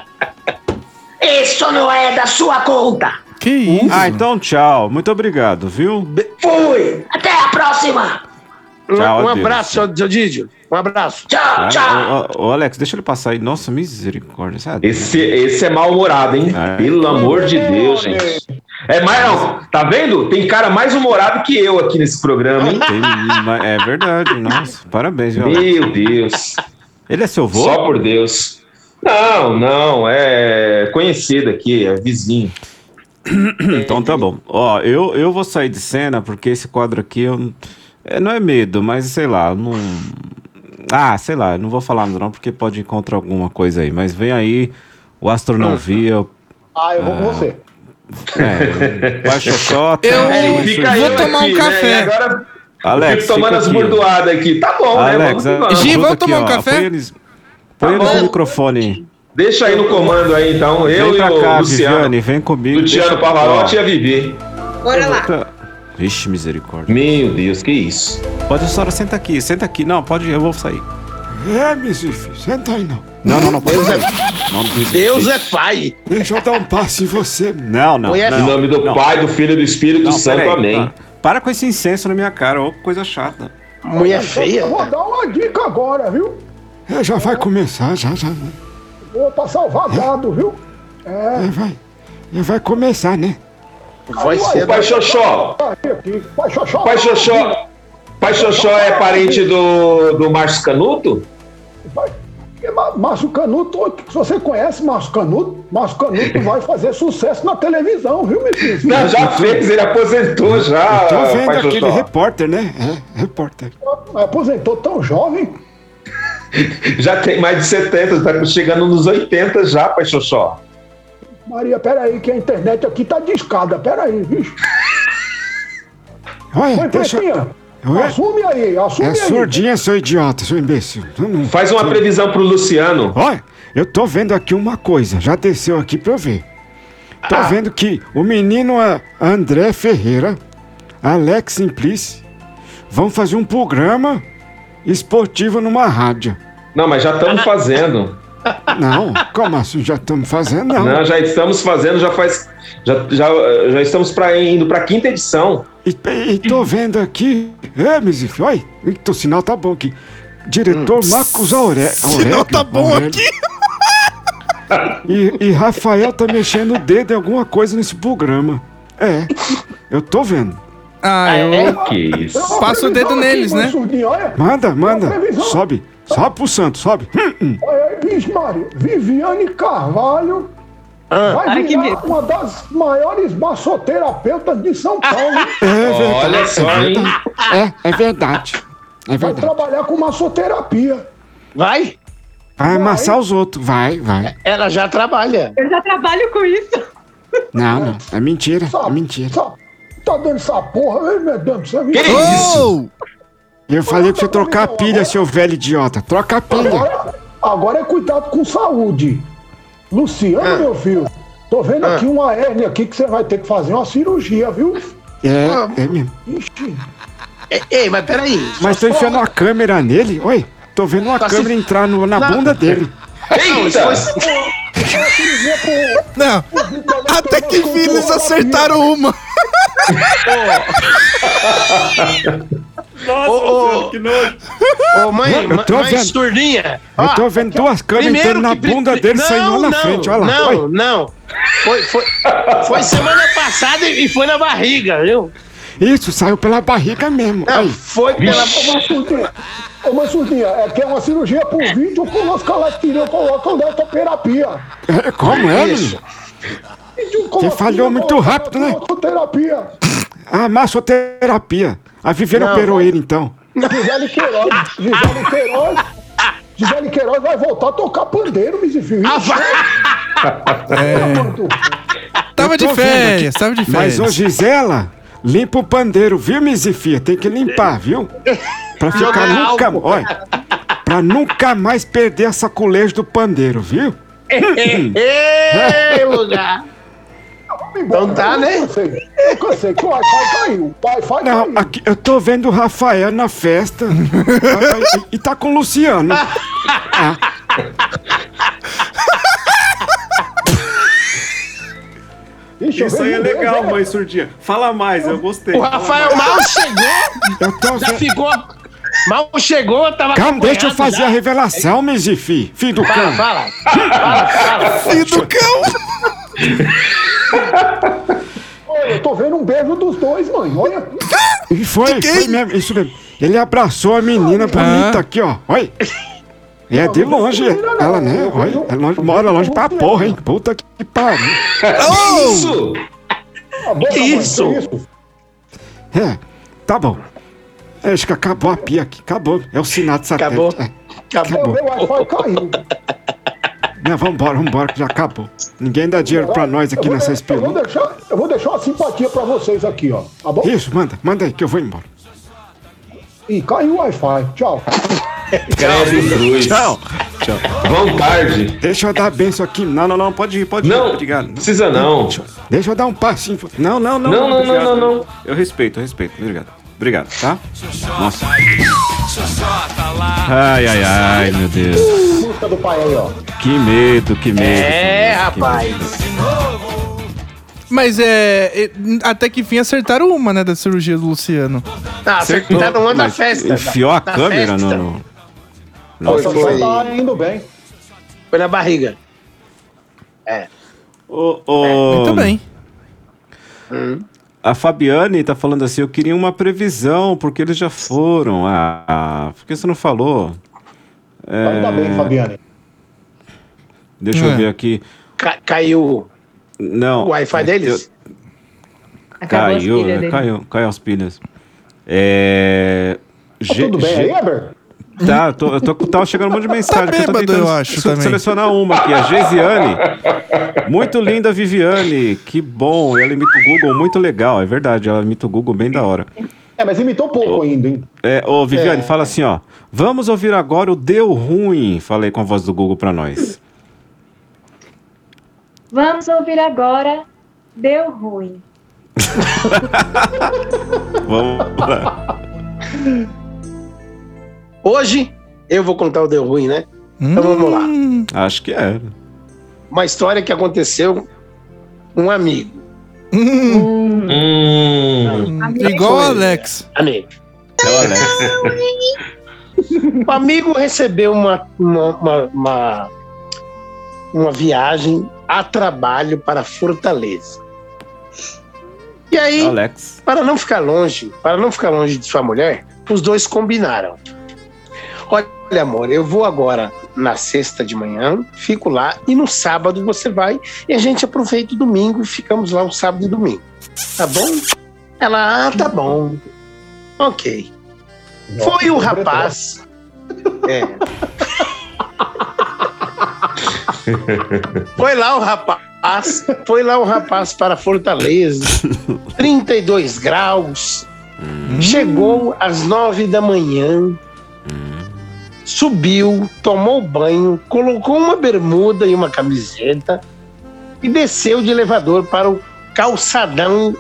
Isso não é da sua conta.
Que isso?
Ah, então tchau. Muito obrigado, viu?
Fui. Até a próxima.
Um,
Tchau,
um
adeus.
abraço, seu, seu Didio. Um abraço.
Tchau, tchau.
Ô, ô, ô, Alex, deixa ele passar aí. Nossa, misericórdia. sabe?
Esse, esse é mal-humorado, hein? Pelo amor de Deus, gente. É mais, não, tá vendo? Tem cara mais humorado que eu aqui nesse programa, hein?
É verdade, nossa. Parabéns, viu?
Meu Deus.
Ele é seu vô?
Só por Deus. Não, né? não, é conhecido aqui, é vizinho.
Então tá bom. Ó, eu, eu vou sair de cena porque esse quadro aqui eu, é, não é medo, mas sei lá, eu não. Ah, sei lá, eu não vou falar não, porque pode encontrar alguma coisa aí. Mas vem aí o Astronovia.
Ah, eu vou com você.
É, Baixo Xota.
Eu
é,
fica
vou
eu
tomar
aqui,
um café.
Né? E Agora
Alex,
fico tomando
fica
as
aqui, ó.
bordoadas aqui. Tá bom, né?
Alex,
Vamos que vamos.
Gi, vamos tomar um
ó,
café? Tá
Põe eles, põe eles no microfone.
Deixa aí no comando aí, então. Eu
vem
e
pra
o
cá,
Luciano.
Viviane, vem comigo.
Luciano
deixa-
Pavarotti e
ó.
a Vivi.
Bora lá.
Vixe, misericórdia.
Meu Deus, que isso.
Pode, senhora, senta aqui, senta aqui. Não, pode, eu vou sair.
É, Mizif, senta aí não.
Não, não, não, pode.
Deus é-
Não, não,
Deus
é pai. assim.
Deixa eu dar um passe em você.
Não, não.
Conhece-
não,
Em nome
do Pai, do Filho e do Espírito Santo,
peraí,
amém.
tá. Para com esse incenso na minha cara, ô coisa chata.
Mulher feia.
Eu vou dar uma dica agora, viu?
É, já vai começar, já, já.
Vou passar o vagado, viu?
É, vai. Já vai começar, né?
Vai
O Pai Xoxó.
Pai Xoxó.
Pai Xoxó. Pai Xoxó é parente do, do Márcio Canuto?
Porque Ma- Márcio Canuto, se você conhece Márcio Canuto, Márcio Canuto vai fazer sucesso na televisão, viu, meu filho?
Não, já fez, ele aposentou já.
Eu tô vendo
Pai
Então aquele
Xoxó.
repórter, né? É, repórter.
Aposentou tão jovem.
Já tem mais de 70, tá chegando nos 80 já, Pai Xoxó.
Maria, peraí, que a internet aqui tá discada, peraí, bicho.
Olha,
Oi,
deixa...
Pretinha,
Oi?
assume aí, assume
É
aí.
surdinha, seu idiota, seu imbecil. Eu não-
Faz uma previsão pro Luciano.
Olha, eu tô vendo aqui uma coisa, já desceu aqui pra eu ver. Tô
Ah.
vendo que o menino a- André Ferreira, Alex Simplice, vão fazer um programa esportivo numa rádio.
Não, mas já estamos fazendo.
Não, como assim? Já estamos fazendo? Não.
Não, já estamos fazendo, já faz. Já, já, já estamos pra, indo pra quinta edição.
E, e
Hum.
tô vendo aqui. É, Mizif, olha, eita, o sinal tá bom aqui. Diretor Marcos Auré.
Hum. Sinal tá bom
aqui. E, e Rafael tá mexendo o dedo em alguma coisa nesse programa. É, eu tô vendo.
Ah,
é?
eu
É Que isso.
passo o dedo neles, né?
Surdinha, olha,
Manda, manda. Sobe. Sobe pro santo, sobe. Hum, hum.
olha aí, bicho, Maria. Viviane Carvalho
Ah.
vai
Ai, que
virar uma das maiores massoterapeutas de São Paulo.
É verdade.
Olha só,
é,
hein?
verdade. É, é verdade. É
vai
verdade.
trabalhar com massoterapia.
Vai?
Vai amassar os outros. Vai, vai.
Ela já trabalha.
Eu já trabalho com isso.
Não, não. É mentira. É mentira.
Só tá dando essa porra, hein, meu Deus do céu.
Que isso?
Eu falei pra você trocar a pilha, seu velho idiota. Troca a pilha.
Agora, agora é cuidado com saúde.
Ah.
Luciano, meu filho, tô vendo aqui uma hérnia aqui que você vai ter que fazer uma cirurgia, viu? Ah.
É, é mesmo.
Ixi,
É,
Ei, ei, mas peraí.
Mas tô enfiando uma câmera nele. Oi, tô vendo uma
Tá se-
câmera entrar no- na
Não.
bunda dele.
Eita!
uma cirurgia pro...
Não, até que enfim eles acertaram uma.
Nossa, que nojo. Ô, mãe,
um. Eu tô
mãe
vendo.
surdinha.
Eu
Ó,
tô vendo duas câmeras
primeiro
entrando na
que pri-
bunda dele
não,
saindo lá na
não,
frente. Olha lá.
Não,
Oi.
não. Foi, foi, foi semana passada e foi na barriga, viu?
Isso, saiu pela barriga mesmo.
É,
Não,
Aí.
foi
Ô,
pela.
mas surdinha, ô, mas surdinha, é que é uma cirurgia pro vídeo com os calactirios colocam dessa terapia.
É, Como é, menino? Você falhou muito rápido, né?
Terapia.
Ah, massoterapia. A Viviane
Não.
operou ele, então.
Gisele Queiroz, Gisele Queiroz, Gisele Queiroz vai voltar a tocar pandeiro, Mizifio. Ah, É.
Tava
Eu
de
tô vendo
férias, tava de férias.
Mas, ô Gisela, limpa o pandeiro, viu, Mizifia? Tem que limpar, viu? Pra ficar
Jogar
nunca...
álcool.
Olha, pra nunca mais perder essa colégio do pandeiro, viu?
Ei, lugar. Então tá, né?
Eu cansei, eu cansei que o Wi-Fi caiu, o Wi-Fi
Não,
caiu.
aqui, eu tô vendo o Rafael na festa. Ah, e, e tá com o Luciano. Ah.
Ixi, eu
Isso aí é
vejo Deus,
legal,
né?
mãe surdinha. Fala mais, eu gostei.
O Rafael mal chegou,
Eu tô
já
vendo...
ficou. Mal chegou, tava.
Calma, deixa eu
Tá acompanhado
fazer
já.
a revelação, Mizifi. Filho do
Fala,
cão.
fala. Fala, fala.
Filho do cão!
Ô,
envolvendo um beijo dos dois, mãe. Olha.
E foi, foi mesmo, é isso Ah. mesmo. Ele abraçou a menina bonita aqui, ó. Olha. E é de longe, ela, né? Olha, é longe, mora longe pra porra, hein? Puta que pariu.
Ah, isso?
É Que isso? É, tá bom. É, acho que acabou a pia aqui, acabou. É o sinal de satélite.
Acabou.
É,
Acabou.
Meu Wi-Fi caiu.
Não, vambora, vambora, que já acabou. Ninguém dá dinheiro pra nós aqui
Eu vou
nessa
de- eu vou
espelunca.
deixar, eu vou deixar uma simpatia pra vocês aqui, ó. Tá bom?
Isso, manda, manda aí que eu vou embora.
Ih, caiu o Wi-Fi. Tchau.
Credo, cruz.
Tchau. Tchau.
Vão tarde.
Deixa eu dar a benção aqui. Não, não, não, pode ir, pode ir.
Não,
pode ir, não
precisa não.
Deixa eu dar um passinho. Não, não, não.
Não, não, não,
obrigado.
não, não.
Eu respeito, eu respeito. Obrigado. Obrigado, tá? Nossa. Ai, ai, ai, meu Deus.
Música do pai aí, ó. Tá
Que medo, que medo.
É,
que medo, que medo.
Mas é. é, Até que fim acertaram uma, né? Da cirurgia do Luciano.
Ah,
Acertou,
acertaram uma da
mas
festa. tá?
Enfiou a
Da
câmera
festa.
no. no-
Foi, foi.
Tá indo bem.
Foi na barriga. É.
Ô, ô,
Hum.
A Fabiane tá falando assim: eu queria uma previsão, porque eles já foram. Ah, por que você não falou? É,
Ainda bem, Fabiane.
Deixa
É.
eu ver aqui.
Ca- caiu
Não.
o Wi-Fi deles? Acabou as
Caiu,
pilhas
né?
dele.
caiu, caiu as pilhas. É. Ge-
Tá Tudo bem
ge-
aí, Eber?
Tá, eu tô, eu tô, tava chegando um monte de mensagem.
Tá
aqui,
bêbado,
eu, tô tentando
eu acho,
se-
também.
selecionar uma aqui, a Geisiane. Muito linda, Viviane. Que bom. Ela imita o Google, muito legal. É verdade, ela imita o Google bem da hora.
É, mas imitou pouco ainda, hein?
É, ô, Viviane,
É.
fala assim, ó. Vamos ouvir agora o Deu Ruim. Falei com a voz do Google pra nós.
Vamos ouvir agora. Deu ruim.
Vamos lá.
Hoje eu vou contar o Deu Ruim, né? Então vamos lá.
Hum.
Acho que é.
Uma história que aconteceu com um amigo.
Hum.
Hum.
Igual o
Foi.
Alex.
Amigo. O Um amigo recebeu uma, uma, uma, uma, uma viagem a trabalho para Fortaleza. E aí,
Alex.
para não ficar longe, para não ficar longe de sua mulher, os dois combinaram. Olha, amor, eu vou agora na sexta de manhã, fico lá e no sábado você vai e a gente aproveita o domingo e ficamos lá o sábado e domingo. Tá bom? Ela, ah, tá bom. Ok. Foi o rapaz. É. Foi lá o rapaz. Foi lá o rapaz para Fortaleza. 32 graus. Chegou às 9 da manhã. Subiu, tomou banho, colocou uma bermuda e uma camiseta e desceu de elevador para o calçadão.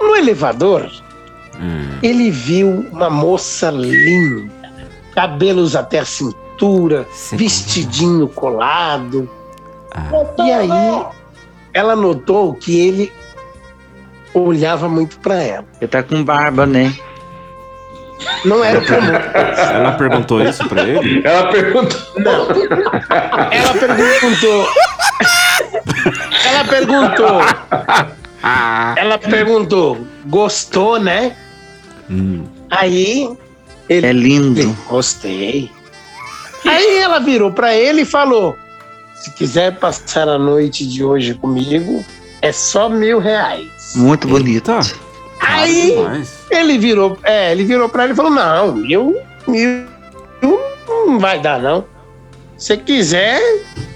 No elevador, ele viu uma moça linda, cabelos até a cintura, vestidinho colado. E aí, ela notou que ele olhava muito pra ela. Você tá com barba, né? Não era comum.
Ela perguntou isso pra ele?
Ela perguntou.
Não. Ela perguntou. Ela perguntou. Ela perguntou. Gostou, né?
Hum.
Aí. Ele, é lindo. Gostei. Aí ela virou pra ele e falou: Se quiser passar a noite de hoje comigo, é só mil reais.
Muito bonito.
Aí
demais.
ele virou, é, ele virou pra ele e falou: não, mil, mil, mil não vai dar, não. Se quiser,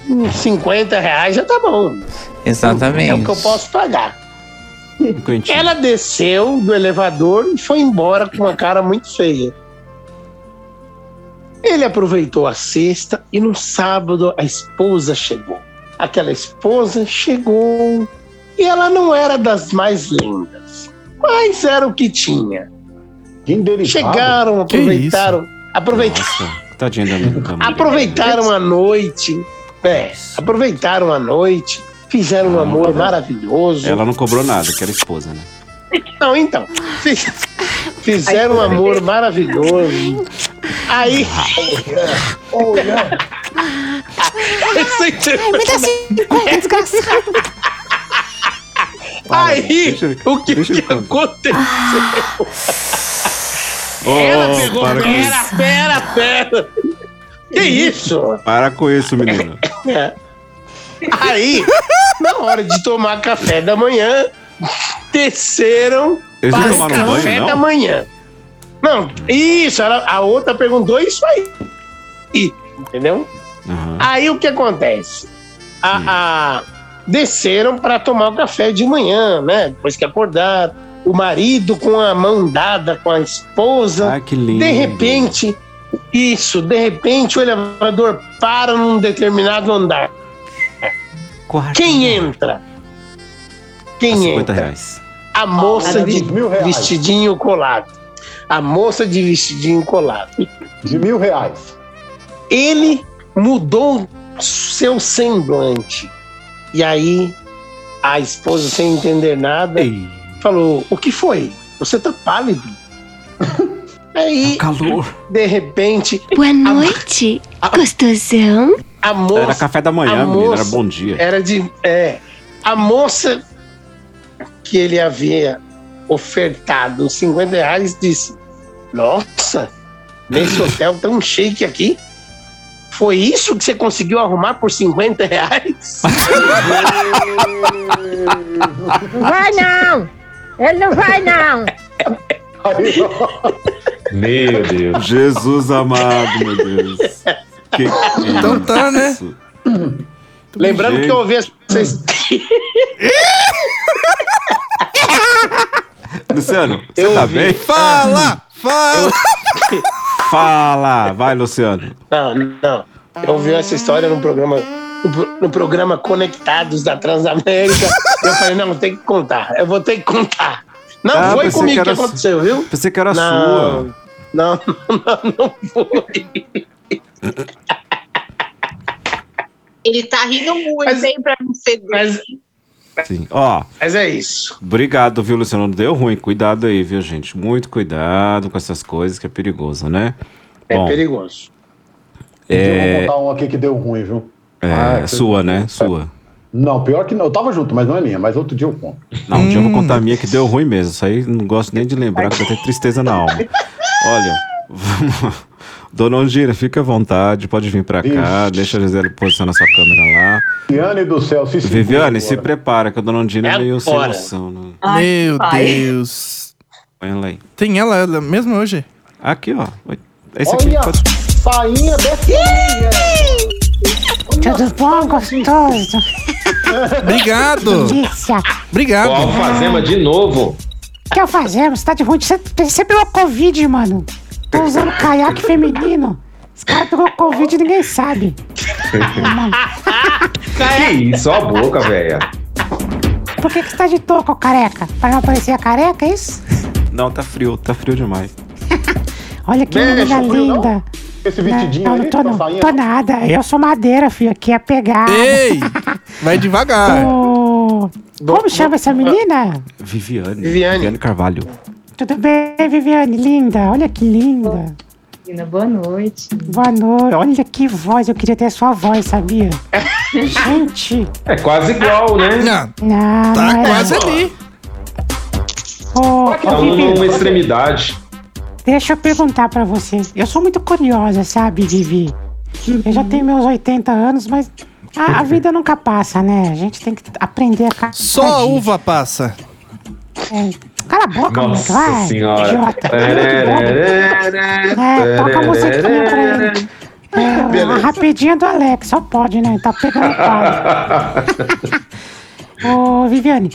uns 50 reais já tá bom.
Exatamente.
É o que eu posso pagar.
Um cantinho.
Ela desceu do elevador e foi embora com uma cara muito feia. Ele aproveitou a sexta e no sábado a esposa chegou. Aquela esposa chegou e ela não era das mais lindas, mas era o que tinha. Chegaram,
Que
aproveitaram, aproveitaram
Nossa, tadinha da minha da mulher.
aproveitaram a noite, é, aproveitaram a noite, fizeram um amor maravilhoso.
Ah, tá. Ela não cobrou nada, que era esposa, né?
Não, então, fiz- fizeram um amor maravilhoso. Aí.
assim,
Ai, me dá cinco, desgraçado.
fala.
Aí, o que, que aconteceu? ela
Ah.
Oh,
pegou.
para com
Pera,
isso.
pera, pera. Que isso?
Para com isso, menino.
É. Aí, na hora de tomar café da manhã, desceram
Eles não
para o
tomaram
café
banho, não?
da manhã. Não, isso, ela- a outra perguntou isso aí. E, Entendeu? Aí o que acontece? A, a- desceram para tomar o café de manhã, né? Depois que acordar, o marido com a mão dada com a esposa.
Ah, que lindo.
De repente, isso, de repente o elevador para num determinado andar. Quem entra? Quem
A 50
entra?
reais.
A moça de
Mil reais.
vestidinho colado. A moça de vestidinho colado.
De mil reais.
Ele mudou seu semblante. E aí, a esposa, sem entender nada, falou: O que foi? Você tá pálido. aí,
Tá calor.
de repente. Boa noite, gostosão. A moça,
Era café da
a
manhã, menino. Era
moça-
bom dia.
era de. É. A moça que ele havia ofertado os 50 reais disse: Nossa, nesse hotel tão chique aqui. Foi isso que você conseguiu arrumar por 50 reais?
Vai não! Ele não vai não!
Meu Deus. Jesus amado, meu Deus. Que
Então tá, né?
isso?
Lembrando
Gente.
que eu ouvi as vocês.
Luciano, você tá bem?
Fala! Fala!
Fala! Vai, Luciano.
Não, não. Eu ouvi essa história no programa, no, pro- no programa Conectados da Transamérica. eu falei, não, tem que contar. Eu vou ter que contar. Não
Ah,
foi
pensei
comigo
que
que,
era su-
aconteceu, viu?
Pensei que era
Não.
sua.
Não, não, não foi.
Ele tá rindo muito, hein, pra não ser grosso.
Sim. Ó.
Mas é isso.
Obrigado, viu, Luciano? Não deu ruim. Cuidado aí, viu, gente? Muito cuidado com essas coisas que é perigoso, né?
É
perigoso.
Eu
É,
vou contar um aqui que deu ruim, viu?
é
Ah,
sua, né? Sua.
Não, pior que não. Eu tava junto, mas não é minha. Mas outro dia eu conto.
Não, um dia eu vou contar a
Hum.
minha que deu ruim mesmo. Isso aí não gosto nem de lembrar, que eu tenho tristeza na alma. Olha, vamos. Dona Ondira, fica à vontade, pode vir pra cá. Deixa a Gisele posicionar sua câmera lá.
Viviane do céu, se segura
Viviane,
agora.
se prepara, que a Dona Ondina é,
É
meio sem
agora.
noção, né?
Ai, Meu pai.
Deus. Põe ela aí.
Tem ela, ela mesmo hoje?
Aqui, ó. Esse aqui.
Olha a sainha dessa menina.
Tudo bom, gostoso?
Obrigado.
Delícia!
Obrigado.
Ó, Alfazema de novo.
O que eu fazemos? Tá de ruim. Você você pegou Covid, mano. Tô usando caiaque feminino. Esse cara pegou Covid e ninguém sabe.
que isso, ó a boca, velha.
Por que, que você tá de toco, careca? Pra não aparecer a careca, é isso?
Não, tá frio, tá frio demais.
Olha que
Beijo,
menina
frio, não?
linda.
Esse
vestidinho
não,
aí,
não tô,
essa
não.
sainha?
tô nada. Eu sou madeira, filho. Aqui é pegar.
Ei! Vai devagar.
Ô, Como chama essa menina?
Viviane. Viviane. Carvalho.
Tudo bem, Viviane? Linda. Olha que linda.
Boa noite.
Boa noite. Olha que voz. Eu queria ter a sua voz, sabia? Gente.
É quase igual, né?
Não,
Tá
não é.
quase ali.
Ô,
Tá
ô,
um
Vivi,
numa extremidade.
deixa eu perguntar pra você. Eu sou muito curiosa, sabe, Vivi? Eu já tenho meus 80 anos, mas a, a vida nunca passa, né? A gente tem que aprender a cada
Só a
dia.
uva passa.
É. Cala a boca,
Nossa
moleque, vai.
senhora.
Idiota. É, toca a musiquinha pra ele. É, uma rapidinha do Alex, só pode, né? Tá pegando pau. Ô, Viviane,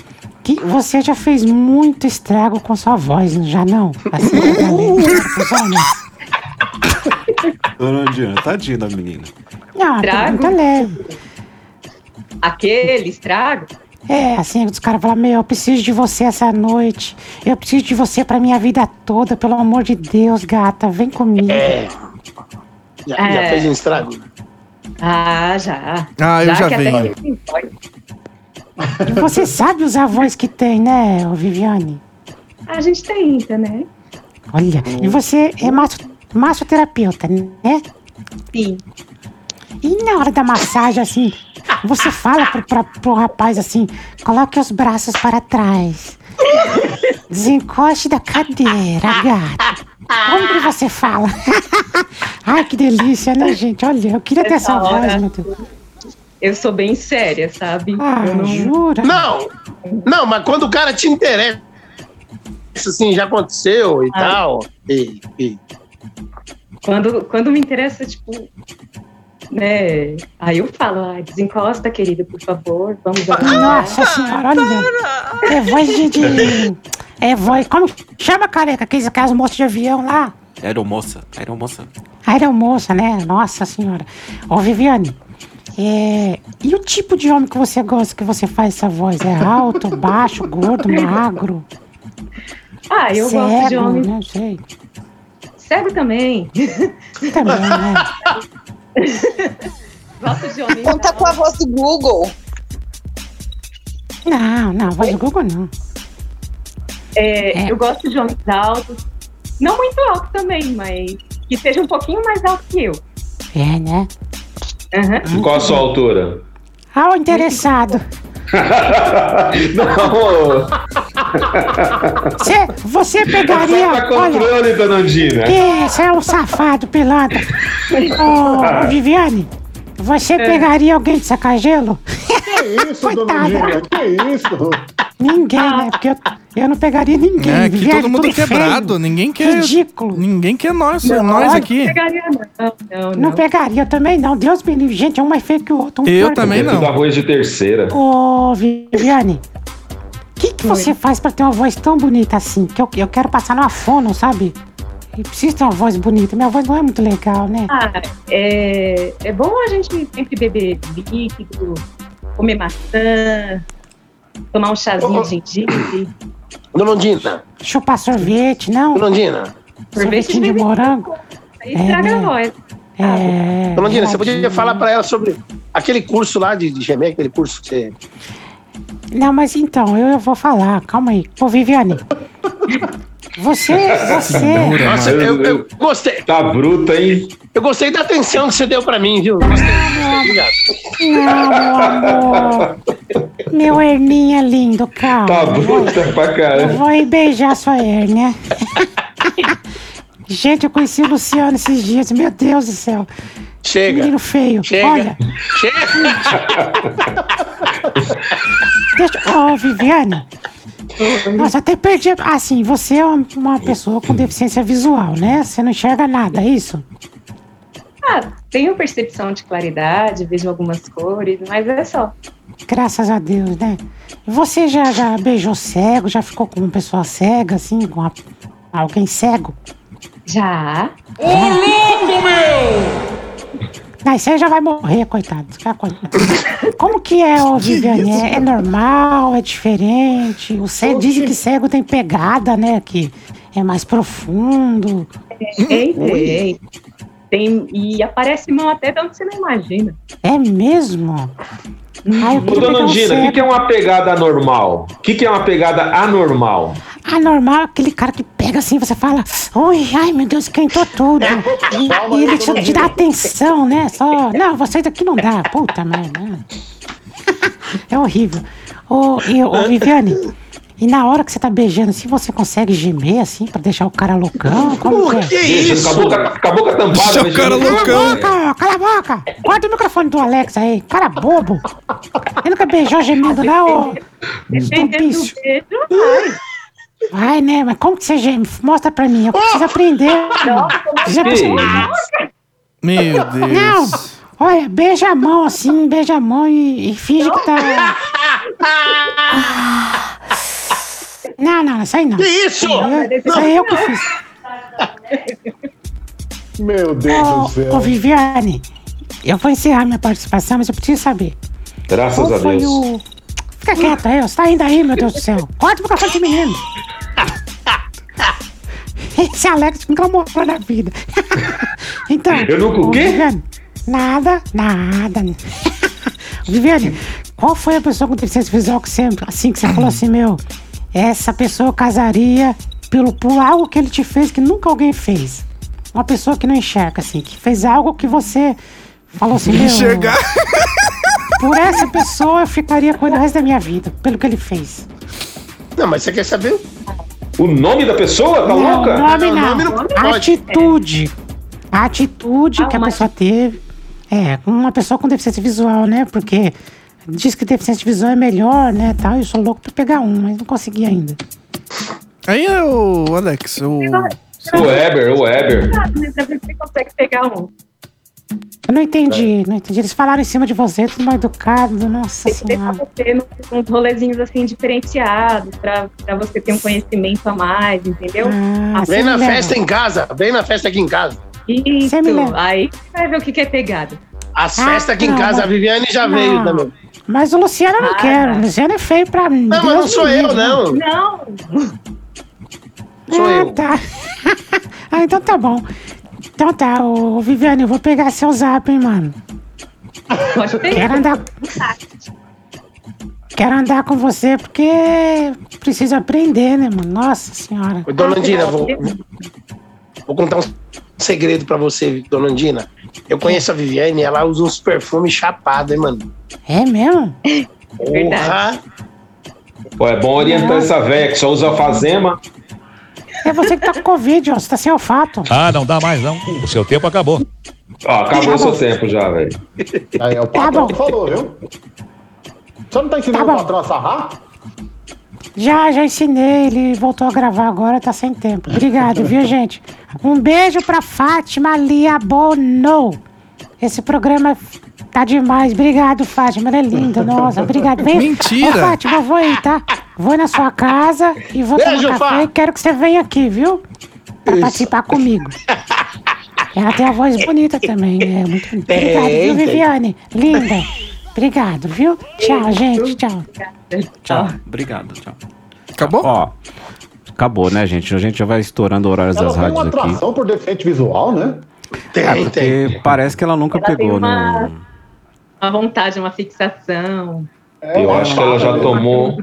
que você já fez muito estrago com sua voz, não já não? Assim,
Uh!
com os homens.
Dona Ondina, tadinha da menina.
não,
Estrago?
tá leve.
Aquele estrago?
É, assim, os caras falam, meu, eu preciso de você essa noite. Eu preciso de você pra minha vida toda, pelo amor de Deus, gata, vem comigo.
É. Já, já
É.
fez um estrago?
Ah, já.
Ah, eu já
que até
vi.
me dói.
E Você sabe usar a voz que tem, né, ô Viviane?
A gente tenta, né?
Olha, e você é masso, massoterapeuta, né?
Sim.
E na hora da massagem, assim, Você fala pro, pra- pro rapaz assim: coloque os braços para trás. Desencoste da cadeira, gato. Como que você fala? Ai, que delícia, né, gente? Olha, eu queria ter
Essa
essa voz,
hora-
meu Deus.
né?
Ah.
Eu sou bem séria, sabe? eu não...
jura?
Não, não, mas quando o cara te interessa, isso assim, já aconteceu e
Ah.
tal. E, e-
Quando, quando me interessa, tipo. Né? Aí eu falo, ah, desencosta, querido, por favor, vamos lá.
Nossa senhora, olha. É voz de. de- é voz. Como chama careca? Aqueles, aquelas moças de avião lá?
Aeromoça, aeromoça.
Aeromoça, né? Nossa senhora. Ô, Viviane. é, E o tipo de homem que você gosta que você faz essa voz? É alto, baixo, gordo, magro?
Ah, eu gosto de
cego, né,
homem.
Não sei.
Cego também.
Também, né?
gosto de homem.
Conta com a voz do Google.
Não, não, voz do Google não.
É, Eu gosto de homens altos. Não muito alto também, mas que seja um pouquinho mais alto que eu.
É, né?
Qual a sua altura?
Ah, o interessado.
não!
Você, você pegaria.
Sai pra tá
Olha,
controle, dona Andina.
que você é um safado, pilantra. Ô, ô, Viviane, você pegaria alguém de sacagelo?
Que isso, dona Andina? Que isso?
Ah,
Ah.
Ninguém, né? Porque eu, eu não pegaria ninguém.
É, aqui
Viviane,
todo mundo
tudo feio.
quebrado, ninguém quer.
Ridículo.
Ninguém quer nós, é
Não,
nós
não
aqui.
pegaria, não. Não,
Não pegaria, eu também não. Deus me livre. Gente, é um mais feio que o outro. Um pior que o
Tudo arroz de terceira.
Ô, Viviane, o que, que você faz pra ter uma voz tão bonita assim? Que eu, eu quero passar numa fono, sabe? E preciso ter uma voz bonita. Minha voz não é muito legal, né?
Ah, é, é bom a gente sempre beber líquido, comer maçã, tomar um chazinho de gengibre.
Dona Andina,
Chupar sorvete, não?
Dona Andina.
Sorvete de morango.
Aí estraga a voz.
É.
Dona Andina, você podia
geladinho.
falar pra ela sobre aquele curso lá de, de gemer, aquele curso que você.
Não, mas então, eu, eu vou falar. Calma aí. Ô, Viviane. Você, você...
Nossa, eu, eu gostei.
Tá bruta, hein?
Eu gostei da atenção que você deu pra mim, viu? Obrigado.
Não, meu amor. Meu Erninha lindo, calma.
Tá
né?
bruta pra
Eu
caramba.
vou ir beijar sua hérnia. Gente, eu conheci o Luciano esses dias. Meu Deus do céu.
Chega.
Menino feio.
Chega.
Olha, deixa. Ô, Viviane. Nossa, até perdi. Assim, você é uma, uma pessoa com deficiência visual, né? Você não enxerga nada, é isso?
Ah, tenho percepção de claridade, vejo algumas cores, mas é só.
Graças a Deus, né? Você já, já beijou cego? Já ficou com uma pessoa cega, assim? Com uma- alguém cego?
Já.
Ô, louco, meu! Não, você já vai morrer, coitado. Ah, coitado. Como que é, ô Viviane? É, é normal? É diferente? O cego, dizem que cego tem pegada, né? Que é mais profundo.
É,
Hum,
Tem, tem. é Tem, e aparece mão até de onde você não imagina.
É mesmo? Ai, eu
Ô,
queria
dona
pegar
Andina,
um
o
né?
que,
cego.
que é uma pegada anormal? O que, que é uma pegada anormal?
Anormal é aquele cara que pega assim, você fala, ui, ai meu Deus, esquentou tudo. E, e ele te, te dá atenção, né? Só, não, vocês daqui não dá, puta merda. É horrível. Ô, e, ô Viviane, e na hora que você tá beijando, se você consegue gemer assim, pra deixar o cara loucão? Como que é?
Deixa, Com a boca, com a boca tampada.
é
Deixa o
deixa
cara
ele-
Cala a boca, ó, cala a boca! Corta o microfone do Alex aí, cara bobo! Ele nunca beijou gemendo, não, ô
Dependendo
estupício.
do beijo, vai.
Ai, né? Mas como que você geme? Mostra pra mim. Eu preciso aprender. Preciso
mas
aprender.
Meu Deus.
Não! Olha, beija a mão assim, beija a mão e, e finge que tá. Não, não, isso aí não.
Que isso?
Eu- Isso aí eu que fiz.
Meu Deus do céu.
Ô, Viviane, eu vou encerrar minha participação, mas eu preciso saber.
Graças
Qual
a
foi
Deus.
o. Fica quieto aí, ó, você tá indo aí, meu Deus do céu. Corta o microfone do menino. Esse Alex nunca morou na vida. então.
Eu nunca o
ô,
quê?
Viviane, nada, nada. Viviane, qual foi a pessoa com deficiência visual que você, assim, que você falou assim, meu, essa pessoa eu casaria pelo, por algo que ele te fez que nunca alguém fez? Uma pessoa que não enxerga, assim, que fez algo que você falou assim, meu...
Enxergar?
Por essa pessoa eu ficaria com ele o resto da minha vida, pelo que ele fez.
Não, mas você quer saber?
O nome da pessoa? Tá
não,
louca?
Nome não. É. Ah, Atitude. A atitude que a pessoa teve. É, uma pessoa com deficiência visual, né? Porque diz que deficiência visual é melhor, né? Tal. Eu sou louco pra pegar um, mas não consegui ainda.
Aí é o Alex, o.
O Weber, o Weber.
Ah, Você consegue pegar um.
Eu não entendi, não entendi. Eles falaram em cima de você, tudo mal educado, nossa
Deixar
senhora.
você num- uns rolezinhos assim diferenciados, pra, pra você ter um conhecimento a mais, entendeu? Assim,
Vem na
né?
festa em casa, vem na festa aqui em casa.
Isso,
me leva.
aí você vai ver o que, que é pegado.
As
Ah,
festas aqui em
não,
casa,
mas-
a Viviane já
não.
veio também.
Mas o Luciano eu não quero. O Luciano é feio pra mim.
Não, mas não sou eu, não.
Não.
Sou
ah,
eu.
tá. ah, então tá bom. Então tá, ô Viviane, eu vou pegar seu zap, hein, mano. Quero andar. Quero andar com você porque preciso aprender, né, mano? Nossa senhora.
Ô, Dona Andina,
tá
vou, vou contar um segredo pra você, Dona Andina. Eu conheço a Viviane, ela usa uns perfumes chapados, hein, mano?
É mesmo?
Porra!
Pô, é bom orientar essa velha que só usa alfazema.
É você que tá com Covid, ó. Você tá sem olfato.
Ah, não dá mais não. O seu tempo acabou.
Ó, acabou o seu tempo já, velho.
Aí é o patrão que falou, viu? Você não tá ensinando o patrão a sarrar?
Já, já ensinei, ele voltou a gravar agora, tá sem tempo. Obrigado, viu, gente? Um beijo pra Fátima Lia Bono. Esse programa tá demais. Obrigado, Fátima. Ela é linda, nossa. Obrigado. Vem.
Mentira.
Ô, Fátima, eu vou aí, tá? Vou na sua casa e vou
Beijo,
tomar
Fá.
café e quero que você venha aqui, viu? Pra
Isso.
participar comigo. Ela tem a voz bonita também, é muito bonita. Obrigado,
Tem, tem.
viu, Viviane? Linda. Obrigado, viu? Tchau, gente. Tchau.
Tchau. Obrigado, tchau. Acabou? Ó, acabou, né, gente? A gente já vai estourando horários
Ela
das
tem uma
rádios aqui.
atração por deficiente visual, né?
Tem,
É, porque parece que ela nunca
Ela tem
pegou, né?
uma, uma vontade, uma fixação.
É,
Eu acho que ela já tomou.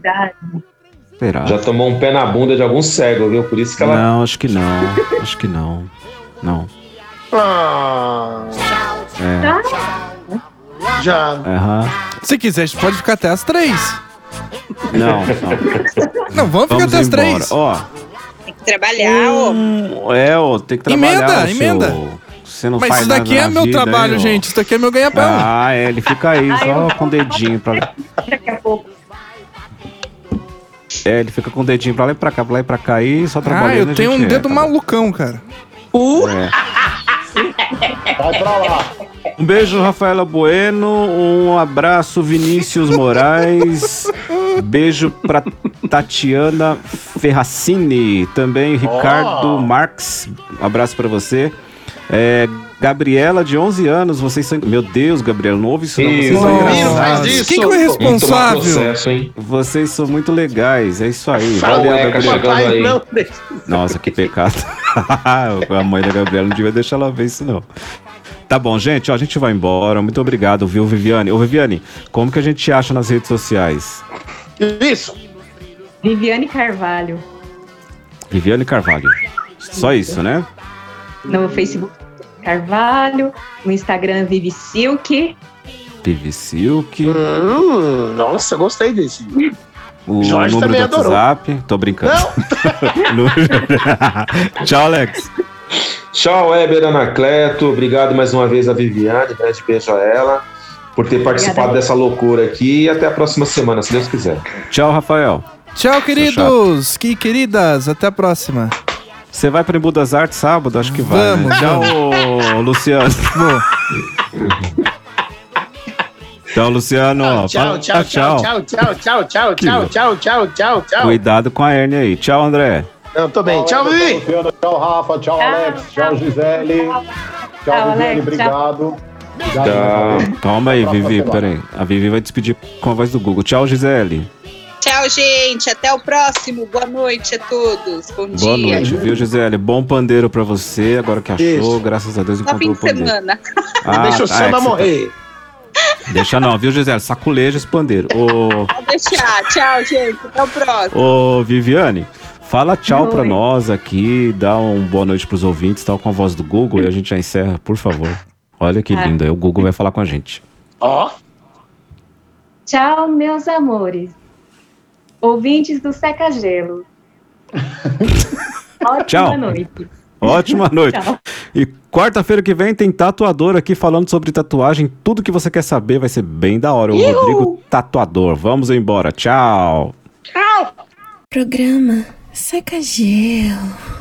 Será?
Já tomou um pé na bunda de algum cego, viu? Por isso que ela.
Não, acho que não. acho que não. Não. Ah.
Tá.
É.
Já.
Aham.
Se quiser, a gente pode ficar até as três.
Não, não.
Não, vamos ficar até as
embora.
três.
Ó,
Tem que trabalhar, ô.
é, ó, tem que trabalhar.
Emenda,
ô, seu-
emenda.
Você não
Mas
faz
isso daqui
nada
é
na
meu
vida,
trabalho,
hein, ó.
gente. Isso daqui é meu ganha-pão.
Ah, é, ele fica aí só com o dedinho pra.
Daqui a pouco.
Ah,
É, ele fica com o dedinho pra lá e pra cá, pra lá e pra cá e só trabalhando.
Ah, eu tenho um dedo malucão, cara.
mal. tá É.
Vai pra lá.
Um beijo, Rafaela Bueno. Um abraço, Vinícius Moraes. Beijo pra Tatiana Ferracini. Também Ricardo Marx. Abraço pra você. É, Gabriela, de 11 anos. Vocês são. Meu Deus, Gabriela, não ouve isso, não. Vocês são engraçados.
Quem que foi responsável?
Vocês são muito legais. É isso
tá
aí.
Fala,
Valeu,
Eca,
Gabriela.
papai, não deixa.
Nossa, que pecado. a mãe da Gabriela não devia deixar ela ver isso, não. Tá bom, gente, ó, a gente vai embora. Muito obrigado, viu, Viviane? Ô, Viviane, como que a gente te acha nas redes sociais?
Isso.
Viviane Carvalho,
Viviane Carvalho. Só isso, né?
no Facebook Carvalho, no Instagram Vivi Silk.
Vivi Silk.
Hum, nossa, gostei desse.
O
Jorge
número do
também adorou.
WhatsApp. Tô brincando. Número- Tchau, Alex.
Tchau, Weber Anacleto. Obrigado mais uma vez a Viviane, grande beijo a ela, por ter participado dessa loucura aqui. E até a próxima semana, se Deus quiser.
Tchau, Rafael.
Tchau, queridos e queridas. Até a próxima.
Você vai pra Embu das Artes sábado? Acho que vai. né?
Vamos,
Tchau, Luciano. Tchau, Luciano.
Tchau,
Fala-
tchau, tchau, tchau, tchau, tchau, tchau,
Ah, Que
tchau,
louco.
tchau, tchau, tchau, tchau.
Cuidado com a hernia aí. Tchau, André.
Não, tô bem. Tchau, Vivi.
Tchau, Rafa. Tchau, Alex. Tchau, Gisele. Tchau, Viviane. Obrigado. Obrigado.
Tchau. Calma aí, Vivi.
semana.
Pera aí. A Vivi vai despedir com a voz do Google. Tchau, Gisele.
Tchau, gente. Até o próximo. Boa noite a todos. Bom
Boa
dia.
noite, viu, Gisele? Bom pandeiro pra você. Agora que achou,
Isso.
graças a Deus
Só fim
encontrou o
de
pandeiro.
semana.
Ah,
Deixa o
tá, é
samba
que você tá-
morrer.
Deixa não, viu, Gisele? Saculeja esse pandeiro. Ô,
Pode deixar. Tchau, gente. Até o próximo.
ô Viviane, fala tchau
Oi.
pra nós aqui. Dá um boa noite pros ouvintes, tal, com a voz do Google. E a gente já encerra, por favor. Olha que
Ah.
linda. O Google vai falar com a gente.
Ó.
Tchau, meus amores. Ouvintes do Seca Gelo. Ótima
Tchau.
noite.
Ótima noite.
Tchau.
E quarta-feira que vem tem tatuador aqui falando sobre tatuagem. Tudo que você quer saber vai ser bem da hora. O
Ihu!
Rodrigo Tatuador. Vamos embora. Tchau.
Programa Seca Gelo.